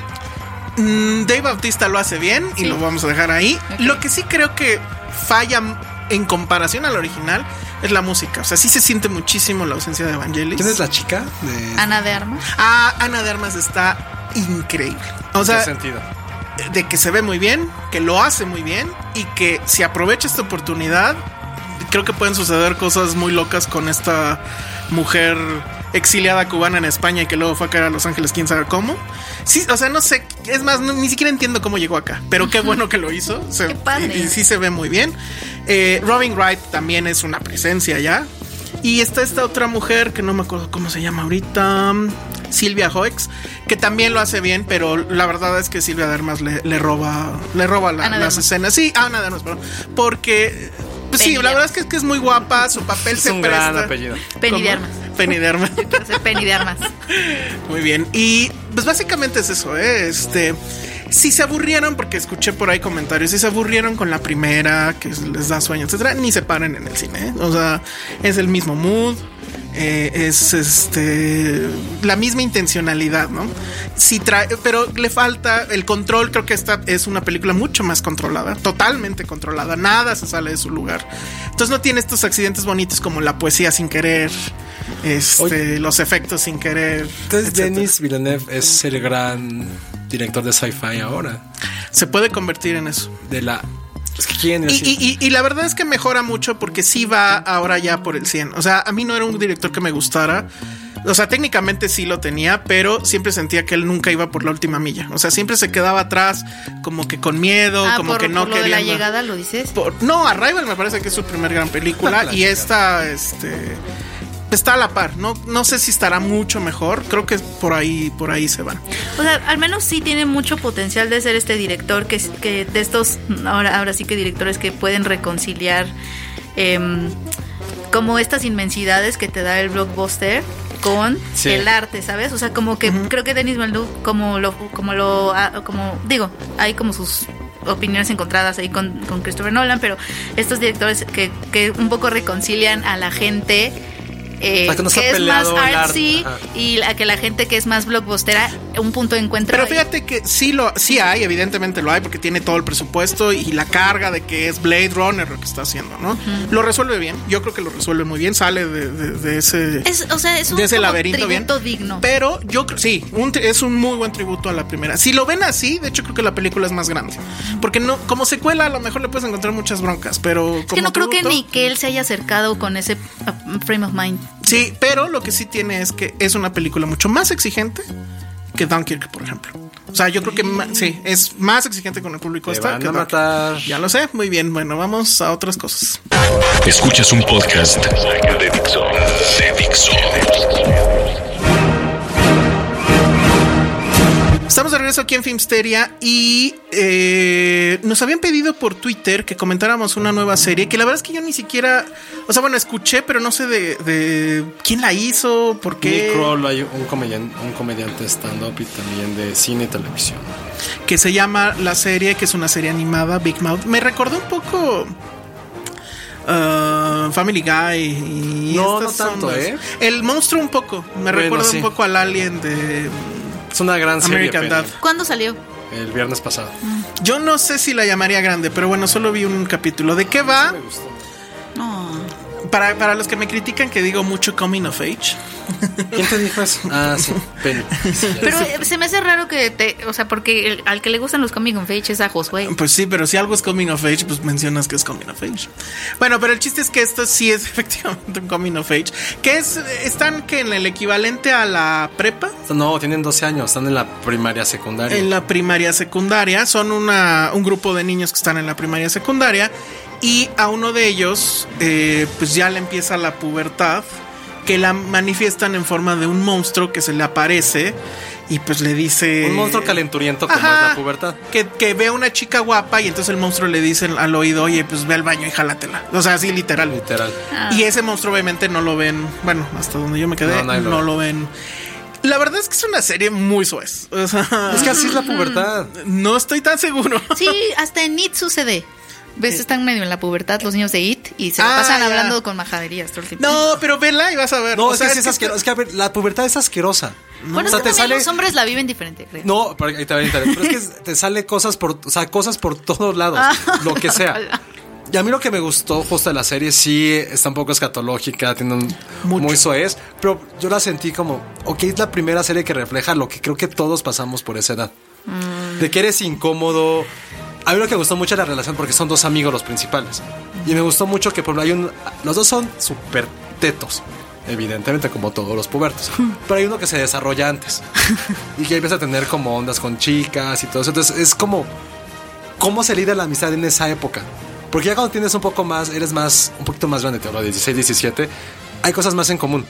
Mm, Dave Bautista lo hace bien y Sí. lo vamos a dejar ahí. Lo que sí creo que falla m- en comparación al original es la música. O sea, sí se siente muchísimo la ausencia de Evangelis. ¿Quién es la chica? De... Ana de Armas. Ah, Ana de Armas está increíble. O ¿Qué sea, sentido? de que se ve muy bien, que lo hace muy bien y que si aprovecha esta oportunidad, creo que pueden suceder cosas muy locas con esta mujer exiliada cubana en España y que luego fue a caer a Los Ángeles, quién sabe cómo. Sí, o sea, no sé, es más, no- ni siquiera entiendo cómo llegó acá, pero qué bueno que lo hizo. Se- Qué padre. Y, y sí se ve muy bien. Eh, Robin Wright también es una presencia ya. Y está esta otra mujer que no me acuerdo cómo se llama ahorita. Silvia Hoex, que también lo hace bien, pero la verdad es que Silvia Dermas le, le roba, le roba la- Ana las Dermas. escenas. Sí, Ana Dermas, perdón. Porque, pues, sí, Penny la verdad es que, es que es muy guapa, su papel Es se un presta. gran apellido. Penny de ¿Cómo? Armas. Penny <laughs> de Armas. Quiero ser Penny de Armas. Muy bien. Y pues básicamente es eso, ¿eh? Este. Si se aburrieron, porque escuché por ahí comentarios, si se aburrieron con la primera, que les da sueño, etcétera, ni se paren en el cine. ¿eh? O sea, es el mismo mood, eh, es este la misma intencionalidad, ¿no? Si trae, pero le falta el control. Creo que esta es una película mucho más controlada, totalmente controlada. Nada se sale de su lugar. Entonces no tiene estos accidentes bonitos como la poesía sin querer, este, Oye. los efectos sin querer. Entonces, etcétera. Denis Villeneuve es el gran director de sci-fi ahora. se puede convertir en eso. De la. Es que quién Y, es. y- y- y la verdad es que mejora mucho porque sí va ahora ya por el 100. O sea, a mí no era un director que me gustara. O sea, técnicamente sí lo tenía, pero siempre sentía que él nunca iba por la última milla. O sea, siempre se quedaba atrás, como que con miedo, Ah, como por, que no por lo de la queriendo- llegada lo dices. Por- no, Arrival me parece que es su primer gran película La y chica. esta, este, está a la par. No, no sé si estará mucho mejor. Creo que por ahí, por ahí se van. O sea, al menos sí tiene mucho potencial de ser este director que, que de estos, ahora, ahora sí que directores que pueden reconciliar em, como estas inmensidades que te da el blockbuster con Sí. el arte, ¿sabes? O sea, como que creo que Denis Villeneuve como lo, como lo, ah, como digo, hay como sus opiniones encontradas ahí con, con Christopher Nolan, pero estos directores que, que un poco reconcilian a la gente eh, Para que no sea es más peleado el artsy arte, ajá. y la que la gente que es más blockbustera un punto de encuentro. Pero ahí. fíjate que sí lo sí hay, evidentemente lo hay, porque tiene todo el presupuesto y la carga de que es Blade Runner lo que está haciendo, ¿no? Lo resuelve bien, yo creo que lo resuelve muy bien, sale de, de- de ese, es, o sea, es un de ese como laberinto bien. tributo digno. Pero yo creo, sí, un tri- es un muy buen tributo a la primera. Si lo ven así, de hecho creo que la película es más grande. Porque no, como secuela a lo mejor le puedes encontrar muchas broncas, pero como es que no creo que tributo- ni que él se haya acercado con ese uh, frame of mind. Sí, pero lo que sí tiene es que es una película mucho más exigente que Dunkirk, por ejemplo. O sea, yo creo que ma- sí, es más exigente con el público Te esta van que a Dunkirk. matar. Ya lo sé, muy bien. Bueno, vamos a otras cosas. Escuchas un podcast de Dixo. De Dixo. Estamos de regreso aquí en Filmsteria y eh, nos habían pedido por Twitter que comentáramos una nueva serie que la verdad es que yo ni siquiera, o sea, bueno, escuché, pero no sé de, de quién la hizo, por Nick qué, Kroll, hay un comediante, un comediante stand-up y también de cine y televisión. que se llama la serie, que es una serie animada, Big Mouth. Me recordó un poco... ah, Family Guy y No, no estas tanto, ondas. ¿eh? El monstruo un poco, me Bueno, recuerda sí. un poco al alien de Es una gran serie. American Penny. Dad. ¿Cuándo salió? El viernes pasado. Yo no sé si la llamaría grande, pero bueno, solo vi un capítulo. ¿De qué va? No. Para, para los que me critican que digo mucho coming of age. ¿Quién te dijo eso? Ah, sí, <laughs> Penny. Pero eh, se me hace raro que te, o sea, porque el- al que le gustan los comic con fake es a <laughs> Josué. Pues sí, pero si algo es coming of age, pues mencionas que es coming of age. Bueno, pero el chiste es que esto sí es <laughs> efectivamente un coming of age. Que es, están que en el equivalente a la prepa, No, tienen 12 años, están en la primaria, secundaria. en la primaria secundaria. Son una, un grupo de niños que están en la primaria secundaria. Y a uno de ellos, eh, pues ya le empieza la pubertad. Que la manifiestan en forma de un monstruo que se le aparece. Y pues le dice. Un monstruo calenturiento como Ajá. es la pubertad. Que, que ve a una chica guapa y entonces el monstruo le dice al oído, oye, pues ve al baño y jálatela. O sea, así literal. Literal. Y ese monstruo obviamente no lo ven, bueno, hasta donde yo me quedé, No, no, nadie lo ve. lo ven. La verdad es que es una serie muy suez. O sea, Es que así es la pubertad. no estoy tan seguro. Sí, hasta en IT sucede. ¿Ves? Están medio en la pubertad los niños de IT y se Ah, la pasan ya. hablando con majaderías todo el tiempo. No, pero vela y vas a ver. No, O es sea, que sí es asquerosa. Es que, a ver, la pubertad es asquerosa. Bueno, es que también los hombres la viven diferente, creo. No, pero ahí te va, ahí te va. Pero es que te sale cosas por, o sea, cosas por todos lados, lo que sea. Y a mí lo que me gustó justo de la serie sí está un poco escatológica, tiene un Mucho. muy soez, pero yo la sentí como, ok, es la primera serie que refleja lo que creo que todos pasamos por esa edad. De que eres incómodo. A mí lo que me gustó mucho es la relación porque son dos amigos los principales. Y me gustó mucho que por ejemplo, hay un los dos son súper tetos. Evidentemente, como todos los pubertos. Pero hay uno que se desarrolla antes. Y que empieza a tener como ondas con chicas y todo eso. Entonces es como cómo se lidia la amistad en esa época. Porque ya cuando tienes un poco más, eres más, un poquito más grande, te hablo de 16, 17, hay cosas más en común.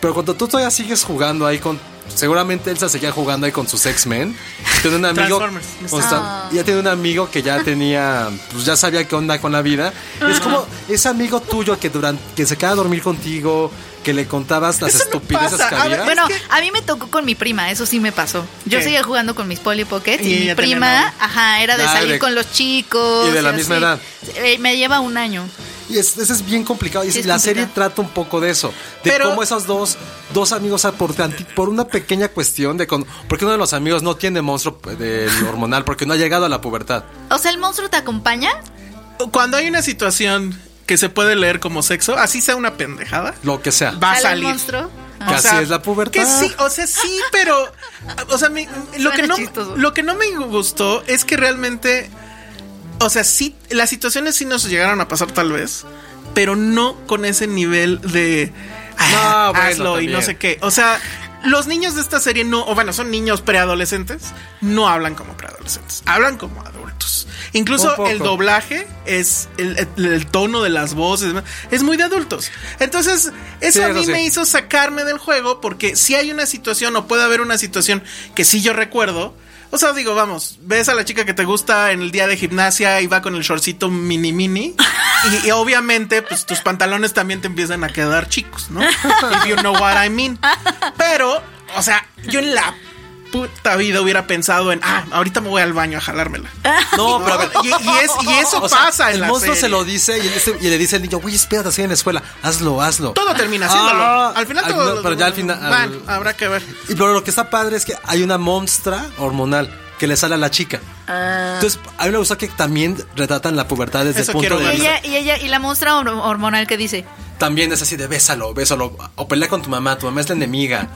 Pero cuando tú todavía sigues jugando ahí con seguramente Elsa seguía jugando ahí con sus X-Men. Tiene un amigo. Transformers. o Ah. sea, Ya tiene un amigo que ya tenía. Pues ya sabía qué onda con la vida. Es como ese amigo tuyo que durante, que se queda a dormir contigo, que le contabas las Eso no estupideces pasa. que A ver, había. Bueno, a mí me tocó con mi prima, eso sí me pasó. Yo ¿Qué? seguía jugando con mis Polly Pocket y, Y mi ella tenía prima, novio. ajá, era de Ah, salir de- con los chicos. y de la misma edad. Eh, me lleva un año. Y es- eso es bien complicado. Y Sí, es la complicado. serie trata un poco de eso. De Pero- cómo esos dos, dos amigos, ah, por, tanti- por una pequeña cuestión de... Con, porque uno de los amigos no tiene monstruo <laughs> del hormonal porque no ha llegado a la pubertad. O sea, el monstruo te acompaña. Cuando hay una situación que se puede leer como sexo, así sea una pendejada, Lo que sea. va sale a el salir. monstruo. Ah. Casi es la pubertad. Que sí, o sea, sí, pero. O sea, mi- lo, Suena que no, chistoso. lo que no me gustó es que realmente. O sea, sí, las situaciones sí nos llegaron a pasar tal vez, pero no con ese nivel de. "Ah, No, bueno, hazlo y no también. sé qué. O sea, los niños de esta serie no. O bueno, son niños preadolescentes. No hablan como preadolescentes. Hablan como adultos. Un Incluso poco. el doblaje es. El, el- el tono de las voces demás, es muy de adultos. Entonces, eso Sí, a eso mí sí. me hizo hizo sacarme del juego porque si hay una situación o puede haber una situación que sí yo recuerdo. O sea, digo, vamos, ves a la chica que te gusta en el día de gimnasia y va con el shortcito mini mini. Y, y obviamente, pues tus pantalones también te empiezan a quedar chicos, ¿no? If you know what I mean. Pero, o sea, yo en la puta vida hubiera pensado en, ah, ahorita me voy al baño a jalármela. No, <laughs> pero a ver. Y, y es- y eso O sea, pasa en El la monstruo se serie. lo dice y, ese- y le dice al niño, güey, espérate, así en la escuela. Hazlo, hazlo. Todo termina haciéndolo. Ah, al final ay, todo. no, pero ya al final... Bueno, al- habrá que ver. Y pero lo que está padre es que hay una monstrua hormonal que le sale a la chica. Entonces, a mí me gusta que también retratan la pubertad desde Ah. Eso el punto quiero de ver. Y vista. ella, y ella, y la monstrua hor- hormonal que dice. También es así de bésalo, bésalo. O pelea con tu mamá, tu mamá es la enemiga.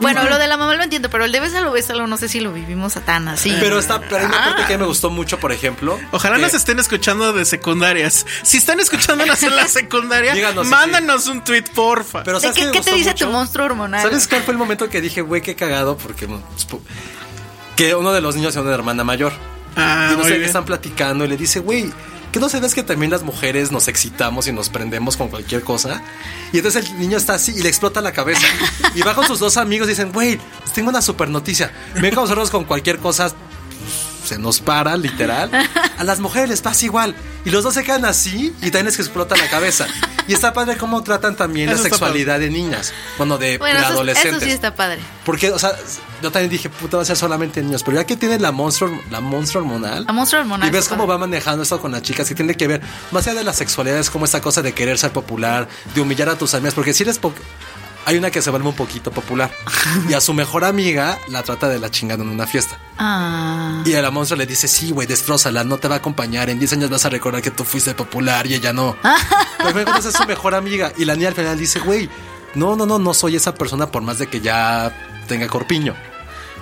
Bueno, lo de la mamá lo entiendo, pero el de bésalo, bésalo, no sé si lo vivimos a tan así. Pero está, pero hay una parte que me gustó mucho, por ejemplo. Ojalá que- nos estén escuchando de secundarias. Si están escuchándonos <laughs> en la secundaria, Díganos si mándanos un tweet, porfa. Pero ¿De ¿sabes ¿Qué, me qué te gustó dice tu mucho? monstruo hormonal? ¿Sabes cuál fue el momento que dije, güey, qué cagado? Porque mm, que uno de los niños tiene una hermana mayor. Ah, y no muy sé qué bien. están platicando y le dice, güey, ¿qué no sabes que también las mujeres nos excitamos y nos prendemos con cualquier cosa? Y entonces el niño está así y le explota la cabeza. Y va con sus dos amigos y dicen, güey, tengo una super noticia. Ven con nosotros con cualquier cosa. pues, Se nos para, literal. A las mujeres les pasa igual. Y los dos se quedan así y también les explota la cabeza. Y está padre cómo tratan también Eso la está sexualidad de niñas. Bueno, de Bueno, eso, eso adolescentes. sí está padre. Porque, o sea, yo también dije, puta, va a ser solamente niños. Pero ya que tiene la monstruo, la monstruo hormonal. La monstruo hormonal Y ves está cómo padre. va manejando esto con las chicas, que tiene que ver, más allá de la sexualidad, es como esta cosa de querer ser popular, de humillar a tus amigas. Porque si eres. po- Hay una que se vuelve un poquito popular. y a su mejor amiga la trata de la chingada en una fiesta. Ah. Y a la monstruo le dice, sí, güey, destrózala, no te va a acompañar, en 10 años vas a recordar que tú fuiste popular y ella no. Pero me es su mejor amiga y la niña al final dice, güey, no, no, no, no soy esa persona por más de que ya tenga corpiño.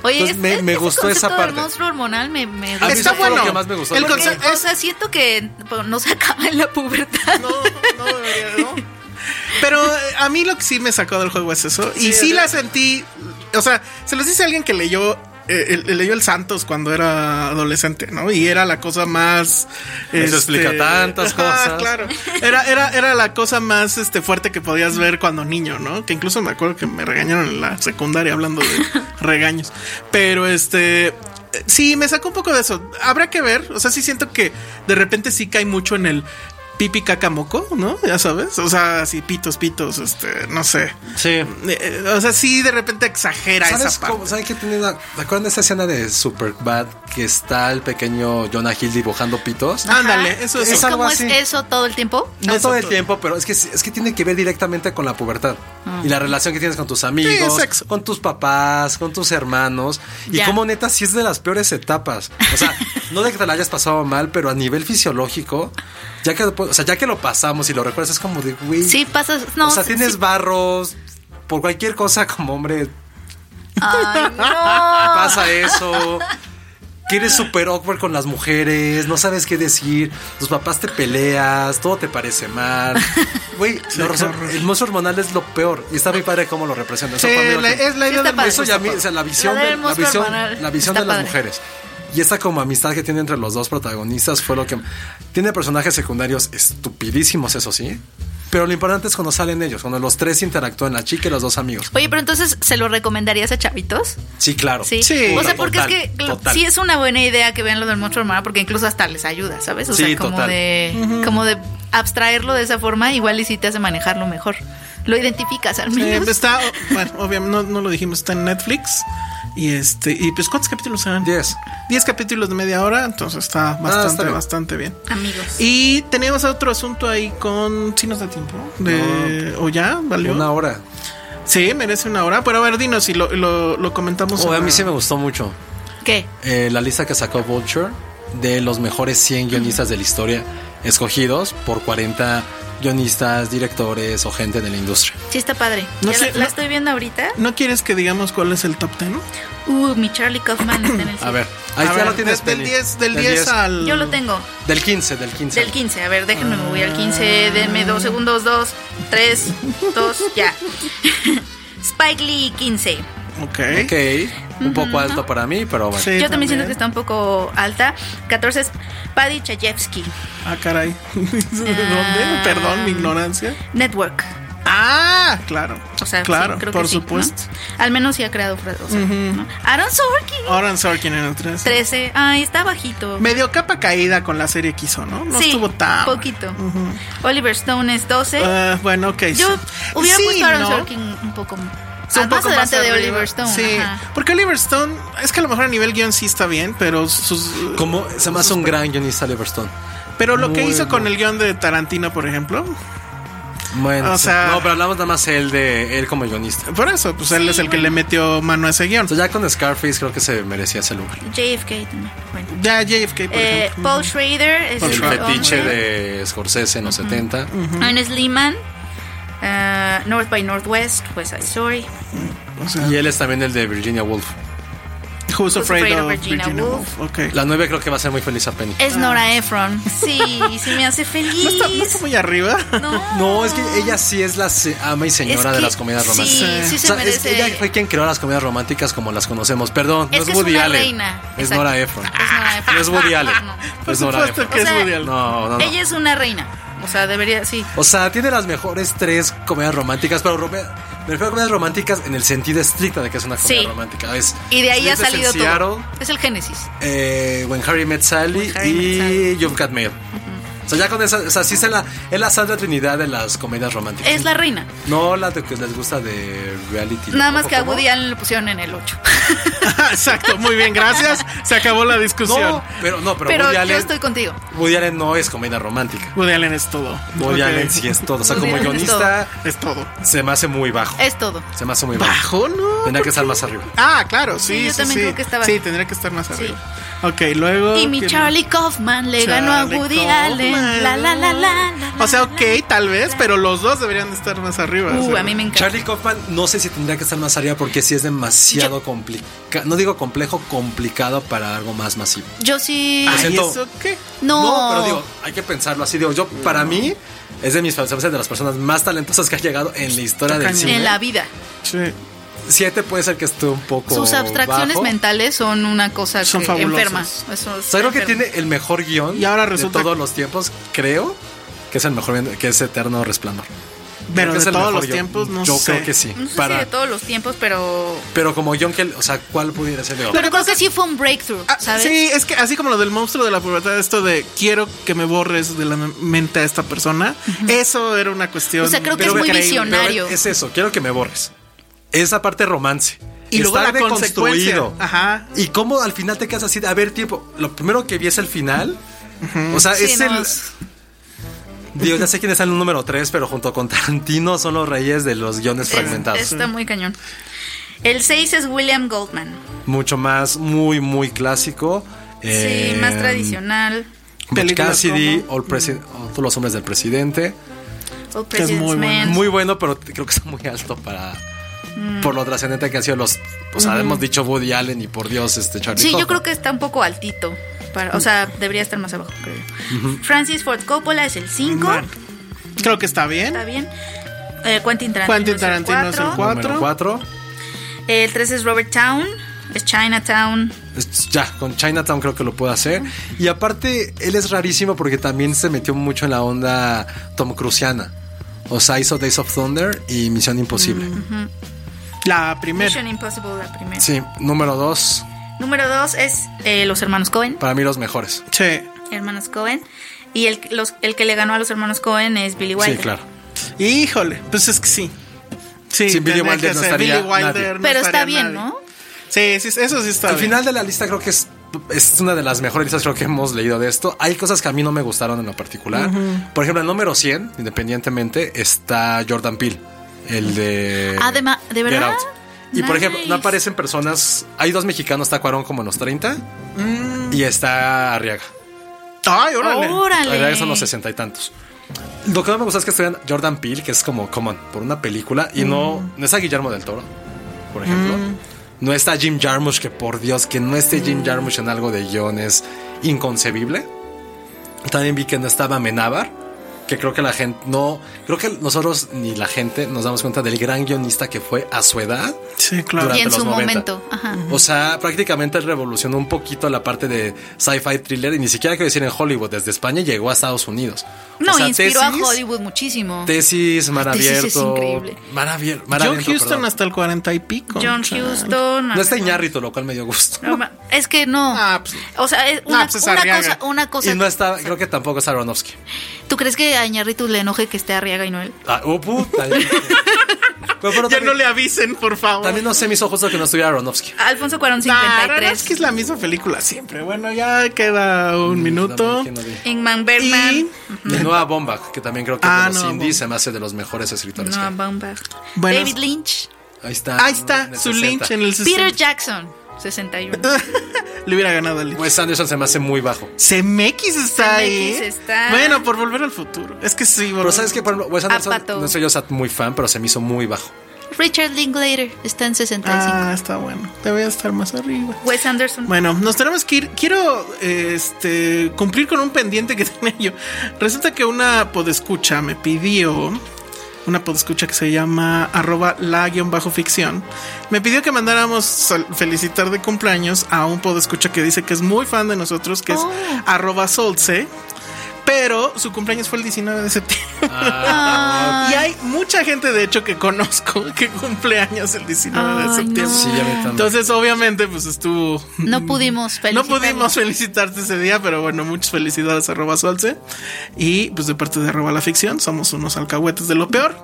Oye, Entonces, es- me- es- me ese gustó esa concepto del parte. monstruo hormonal me, me A mí gusta. Está eso fue lo bueno. que más me gustó. El Porque, concepto- o sea, siento que pues, no se <laughs> acaba en la pubertad. No, no debería, ¿no? Pero eh, a mí lo que sí me sacó del juego es eso. y sí la sentí. O sea, se los dice alguien que leyó. eh, el- leyó el Santos cuando era adolescente, ¿no? Y era la cosa más. este, Eso explica tantas ajá, cosas. claro. Era, era, era la cosa más este, fuerte que podías ver cuando niño, ¿no? Que incluso me acuerdo que me regañaron en la secundaria hablando de <laughs> regaños. Pero este. eh, Sí, me sacó un poco de eso. Habrá que ver. O sea, sí siento que de repente sí cae mucho en el pipi cacamoco, ¿no? Ya sabes. O sea, así pitos, pitos, este, no sé. Sí. Eh, eh, O sea, sí de repente exagera ¿Sabes esa parte. cómo? ¿Saben qué tiene una- ¿Te acuerdan de esa escena de Superbad que está el pequeño Jonah Hill dibujando pitos? Ajá. Ándale, eso es. Es eso. algo ¿Cómo es así. eso todo el tiempo? No Eso todo el todo. tiempo, pero es que es que tiene que ver directamente con la pubertad Mm. y la relación que tienes con tus amigos, Sí, sexo. con tus papás, con tus hermanos y Ya. como neta sí es de las peores etapas. O <laughs> sea, no de que te la hayas pasado mal, pero a nivel fisiológico, ya que después- o sea, ya que lo pasamos y lo recuerdas es como de güey. Sí, pasas. No, o sea, sí- tienes sí. barros por cualquier cosa como hombre Ay, <laughs> no. pasa eso. Que eres súper awkward con las mujeres, no sabes qué decir, tus papás te peleas, todo te parece <laughs> mal. Güey, lo qué resol- horror. el monstruo hormonal es lo peor y está mi padre cómo lo representa. Eso Sí, fue muy la- horrible. es la Sí idea está del padre. Eso ya a mí, o sea, la visión, La del de, la monstruo visión, hormonal la visión está de las padre. mujeres. Y esa como amistad que tiene entre los dos protagonistas fue lo que... Tiene personajes secundarios estupidísimos, eso sí. Pero lo importante es cuando salen ellos, cuando los tres interactúan, la chica y los dos amigos. Oye, pero entonces, ¿se lo recomendarías a chavitos? Sí, claro. Sí. Sí. O Total, sea, porque es que cl- total. sí es una buena idea que vean lo del monstruo hermano, porque incluso hasta les ayuda, ¿sabes? O Sí, sea, como total. de como de abstraerlo de esa forma, igual y sí te hace manejarlo mejor. Lo identificas al Eh, menos. está, o- bueno, obviamente no, no lo dijimos, está en Netflix. Y este, y pues ¿cuántos capítulos serán? Diez. Ah, 10 capítulos de media hora, entonces está bastante, está bien. bastante bien. Amigos. Y teníamos otro asunto ahí con. Si nos da tiempo. De, ¿O ya? ¿Valió? Una hora. Sí, merece una hora. Pero a ver, dinos si lo, lo, lo comentamos. Oh, en a mí la- sí me gustó mucho. ¿Qué? eh, la lista que sacó Vulture de los mejores 100 guionistas de la historia, escogidos por 40 guionistas, directores o gente de la industria. Sí está padre. No Ya sé, la, la no- estoy viendo ahorita. ¿No quieres que digamos cuál es el top 10? Uh, mi Charlie Kaufman está en el A cine. ver, ahí A ya ver, lo tienes. de- del Penny. 10, del 10 al. Yo lo tengo. Del 15, del 15. Del 15, a ver, déjenme, me voy al 15, denme dos segundos, dos, tres, dos, ya. <laughs> Spike Lee 15. Ok. Ok, un poco alto para mí, pero bueno. Sí, Yo también siento que está un poco alta. 14 es Paddy Chayefsky, Ah, caray. <laughs> ¿De Ah. dónde? Perdón, mi ignorancia. Network. Ah, claro. O sea, sí, claro, creo que por sí, ¿no? supuesto. Al menos sí ha creado fra- o sea, ¿no? Aaron Sorkin. Oran Sorkin en el 3. 13. Ay, está bajito. Medio capa caída con la serie que hizo, ¿no? No sí, estuvo tan. poquito. Oliver Stone es 12. Ah, bueno, ok. Yo sí. hubiera Sí, puesto a Aaron ¿no? Sorkin un poco Sí, un más poco más adelante de arriba. Oliver Stone. Sí, ajá. porque Oliver Stone es que a lo mejor a nivel guión sí está bien, pero sus. Como se me hace un gran guionista Liverstone. Pero lo que Muy hizo con bueno. el guión de Tarantino, por ejemplo, Bueno, O sí. sea- no, pero hablamos nada más él de él como guionista. por eso, pues él es el que le metió mano a ese guión. Entonces ya con Scarface creo que se merecía ese lugar. JFK también. Bueno. Ya JFK, por Eh, ejemplo. Paul Schrader es Paul El Schrader. fetiche hombre. de Scorsese en los 70. Ernest Lehman. eh, North by Northwest, pues, West Side Story. O sea, Y él es también el de Virginia Woolf. Who's Afraid, Afraid of of Virginia Virginia Woolf. Woolf, ok. La 9 creo que va a ser muy feliz a Penny. Es Nora Ephron. Ah. Sí, sí me hace No está, no está feliz. muy arriba. No, <laughs> No, es que ella sí es la se- ama y señora Es de que las comedias sí, románticas. sí se O sea, es- merece. ella fue quien creó las comedias románticas como las conocemos. Perdón, Es no que es es Woody una Allen. reina. Es Exacto. Nora Ephron. Es Nora Ephron. ah, No es Woody <laughs> Allen. No. Por Es Nora supuesto Ephron. que O sea, es Woody Allen. No, no, no. Ella es una reina. O sea, debería, sí. O sea, tiene las mejores tres comedias románticas, pero rome- me refiero a comedias románticas en el sentido estricto de que es una comedia Sí. romántica. Es Y de ahí ha Sleepless salido in Seattle, todo. Es el génesis. eh, When Harry Met Sally When Harry Met y You've Got Mail. O sea, ya con esa, o sea, sí es la, es la Sandra Trinidad de las comedias románticas. Es la reina. No la de que les gusta de reality. Nada más que a ¿Cómo? Woody Allen le pusieron en el 8. <laughs> Exacto, muy bien, gracias. Se acabó la discusión. No, pero no, pero, <laughs> Pero Woody, yo Allen, estoy contigo. Woody Allen no es comedia romántica. Woody Allen es todo. Woody Ok. Allen sí es todo. O sea, Woody como Allen es Eh, guionista Es todo. se me hace muy bajo. Es todo. Se me hace muy bajo. Bajo, ¿no? Tendría que estar más arriba. Ah, claro, sí. Sí, yo sí, también sí. creo que estaba- Sí, tendría que estar más Sí. arriba. Ok, luego. Y mi tiene- Charlie Kaufman le ganó a Charlie Woody Kaufman. Allen. La, la, la, la, la, O sea, la, la. ok, tal vez, pero los dos deberían de estar más arriba. o Uh, sea, a mí me encanta. Charlie Kaufman no sé si tendría que estar más arriba porque sí es demasiado complicado. No digo complejo, complicado para algo más masivo. Yo sí. Lo Ay, siento. ¿eso qué? No. pero digo, hay que pensarlo así. Digo, yo para mí es de mis favoritas, de las personas más talentosas que ha llegado en la historia del Cañón. cine. en la vida. Sí. Siete puede ser que esté un poco. Sus abstracciones bajo. mentales son una cosa Son que fabulosas. enferma. Eso es O sea, creo que enfermo. tiene el mejor guión Y ahora resulta- de todos los tiempos, creo que es el mejor guión, que es Eterno Resplandor. Creo Pero que es de el todos mejor los guión. tiempos, no Yo sé. creo que sí. No sé Para- si de todos los tiempos, pero. Pero como guión que, o sea, ¿cuál pudiera ser? Digo, Pero creo que sí fue un breakthrough, Ah, ¿sabes? Sí, es que así como lo del monstruo de la pubertad, esto de quiero que me borres de la me- mente a esta persona, eso era una cuestión. O sea, creo que pero es muy creíble. visionario. Pero es eso, quiero que me borres. Esa parte romance. Y luego Estar la consecuencia. deconstruido. Ajá. Y cómo al final te quedas así, de, a ver, tiempo. Lo primero que vi es el final. O sea, Sí, es no, el. es- Dios, ya sé quién es el número 3, pero junto con Tarantino son los reyes de los guiones es- este fragmentados. está muy cañón. El 6 es William Goldman. Mucho más, muy, muy clásico. Sí, Eh, más tradicional. Butch Películas Cassidy, como- All Presi- Oh, Todos los hombres del presidente. Old Que es muy President's bueno. Man. Mm. Muy bueno, pero t- creo que está muy alto para. Por lo trascendente que han sido los. O sea, hemos dicho Woody Allen y por Dios, este Charlie Sí, yo Kaufman. creo que está un poco altito. para- o sea, debería estar más abajo, creo. Francis Ford Coppola es el 5. Bueno, creo que está bien. Está bien. Eh, Quentin Tarantino, Quentin Tarantino es es el el 4. cuatro. Número 4. El 3 es Robert Town. Es Chinatown. es- ya, con Chinatown creo que lo puedo hacer. Y aparte, él es rarísimo porque también se metió mucho en la onda Tom Cruciana. O sea, hizo Days of Thunder y Misión Imposible. La primera. Mission Impossible, la primera. Sí, número dos, Número dos es eh, los hermanos Cohen. para mí los mejores. Sí. Hermanos Cohen. Y el, los- el que le ganó a los hermanos Cohen es Billy Wilder. Sí, claro. Híjole, pues es que sí. Sí, Sin Billy tendría Wilder que no ser estaría Billy Wilder nadie. Eh, no Pero está estaría bien, nadie. ¿no? Sí, sí, eso sí está Al bien. final de la lista creo que es, es una de las mejores listas creo que hemos leído de esto. Hay cosas que a mí no me gustaron en lo particular. Por ejemplo, el número 100, independientemente, está Jordan Peele, el de... Ah, de ma- ¿de Get verdad? Out. Y por Nice. ejemplo, no aparecen personas... Hay dos mexicanos, está Cuarón como en los 30 y está Arriaga. Ay, órale. Órale. Arriaga son los sesenta y tantos. Lo que no me gusta es que estén Jordan Peele, que es como common por una película, y Mm. no, no está Guillermo del Toro, por ejemplo. No está Jim Jarmusch, que por Dios, que no esté Mm. Jim Jarmusch en algo de guión es inconcebible. También vi que no estaba Menábar, que creo que la gente no, creo que nosotros ni la gente nos damos cuenta del gran guionista que fue a su edad. Sí, claro. Durante Y en los su 90. momento. Ajá. O sea, prácticamente él revolucionó un poquito la parte de sci-fi thriller y ni siquiera quiero decir en Hollywood, desde España llegó a Estados Unidos. O No, sea, inspiró tesis- a Hollywood muchísimo. Tesis, Mar Tesis es Abierto. increíble. Mar Abier- Mar John Abierto, Houston perdón. hasta el cuarenta y pico. John o sea. Houston. No está Iñárritu, lo cual me dio gusto. No, ma- es que no. Ah, pues- o sea, es una, Ah, pues es una Arriaga. cosa, una cosa. Y no está, creo que tampoco está Aronofsky. ¿Tú crees que a Iñarritu le enoje que esté Arriaga y no él? Ah, oh, puta. <laughs> ya. Pero, pero Ya también, no le avisen, por favor. también no se me hizo justo que no estuviera Aronofsky. Alfonso Cuarón Nah, la verdad es 53. que es la misma película siempre. Bueno, ya queda un minuto. También, ¿quién Mm, no vi? Ingman Bergman. Y- De Noah Baumbach, que también creo que Ah, de los Noah indies se me hace de los mejores escritores. Noah que- Baumbach. pues Bueno, David Lynch. Ahí está. Ahí está, Ah, en el su 60. Lynch en el Peter 60. Jackson. <laughs> 61. Le hubiera ganado el Lynch. Wes Anderson se me hace muy bajo. CMX está ahí. CMX está. Bueno, por volver al futuro. Es que sí, Pero sabes que, por ejemplo, Wes Anderson, Apatow. no soy yo o sea, muy fan, pero se me hizo muy bajo. Richard Linklater. Está en 65. Ah, está bueno. Debería estar más arriba. Wes Anderson. Bueno, nos tenemos que ir. Quiero este, cumplir con un pendiente que <laughs> tenía yo. Resulta que una podescucha me pidió. Una podescucha que se llama arroba la-ficción. Me pidió que mandáramos sal- felicitar de cumpleaños a un podescucha que dice que es muy fan de nosotros, que Oh. es arroba solce. Pero su cumpleaños fue el 19 de septiembre. Ah. Ay, <laughs> Y hay mucha gente, de hecho, que conozco que cumple años el 19 Ay, de no. septiembre. Sí, ya me Entonces, obviamente, pues estuvo. no pudimos felicitar. No pudimos felicitarte ese día, pero bueno, muchas felicidades, arroba Solce. Y pues de parte de arroba la ficción, somos unos alcahuetes de lo peor.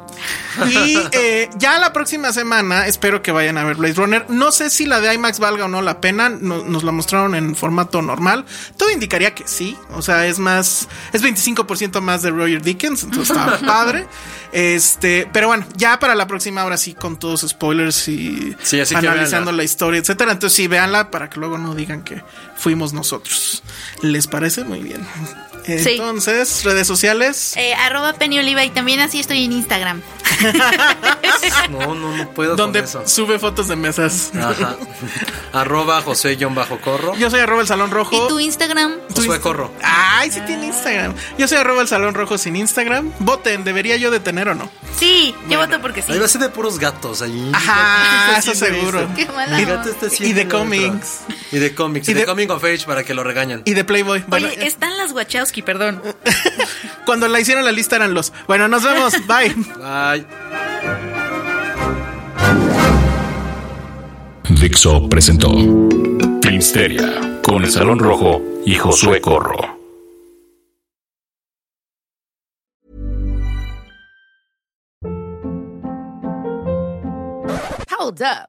<laughs> Y eh, ya la próxima semana espero que vayan a ver Blade Runner. No sé si la de IMAX valga o no la pena. No- nos la mostraron en formato normal. Todo indicaría que sí. O sea, es más, es 25% más de Roger Dickens. <laughs> Entonces está padre. Este, pero bueno, ya para la próxima, ahora sí, con todos sus spoilers y Sí, así que analizando véanla. la historia, etcétera. Entonces sí, véanla para que luego no digan que fuimos nosotros. ¿Les parece? Muy bien. Sí. Entonces, redes sociales. Eh, arroba Penny Oliva y también así estoy en Instagram. No, no, no puedo Donde con eso. Ah. sube fotos de mesas. Ajá. <laughs> Arroba José-Corro. Yo soy arroba el salón rojo. ¿Y tu Instagram? Josué Corro. Ay, sí tiene Instagram. Yo soy arroba el salón rojo sin Instagram. Voten, ¿debería yo de tener o no? Sí, yo voto porque sí. Ahí va a ser de puros gatos ahí. Ajá, Está eso haciendo seguro. Qué mala Y- El gato está y de haciendo la cómics. otra. Y de cómics. Y, Y de, de- Comic of Age para que lo regañen. Y de Playboy. Bueno, Oye, están las Wachowski, perdón. cuando la hicieron la lista eran los. Bueno, <laughs> nos vemos. Bye. Ay. Dixo presentó Filmsteria con el Salón Rojo y Josué Corro. Hold up.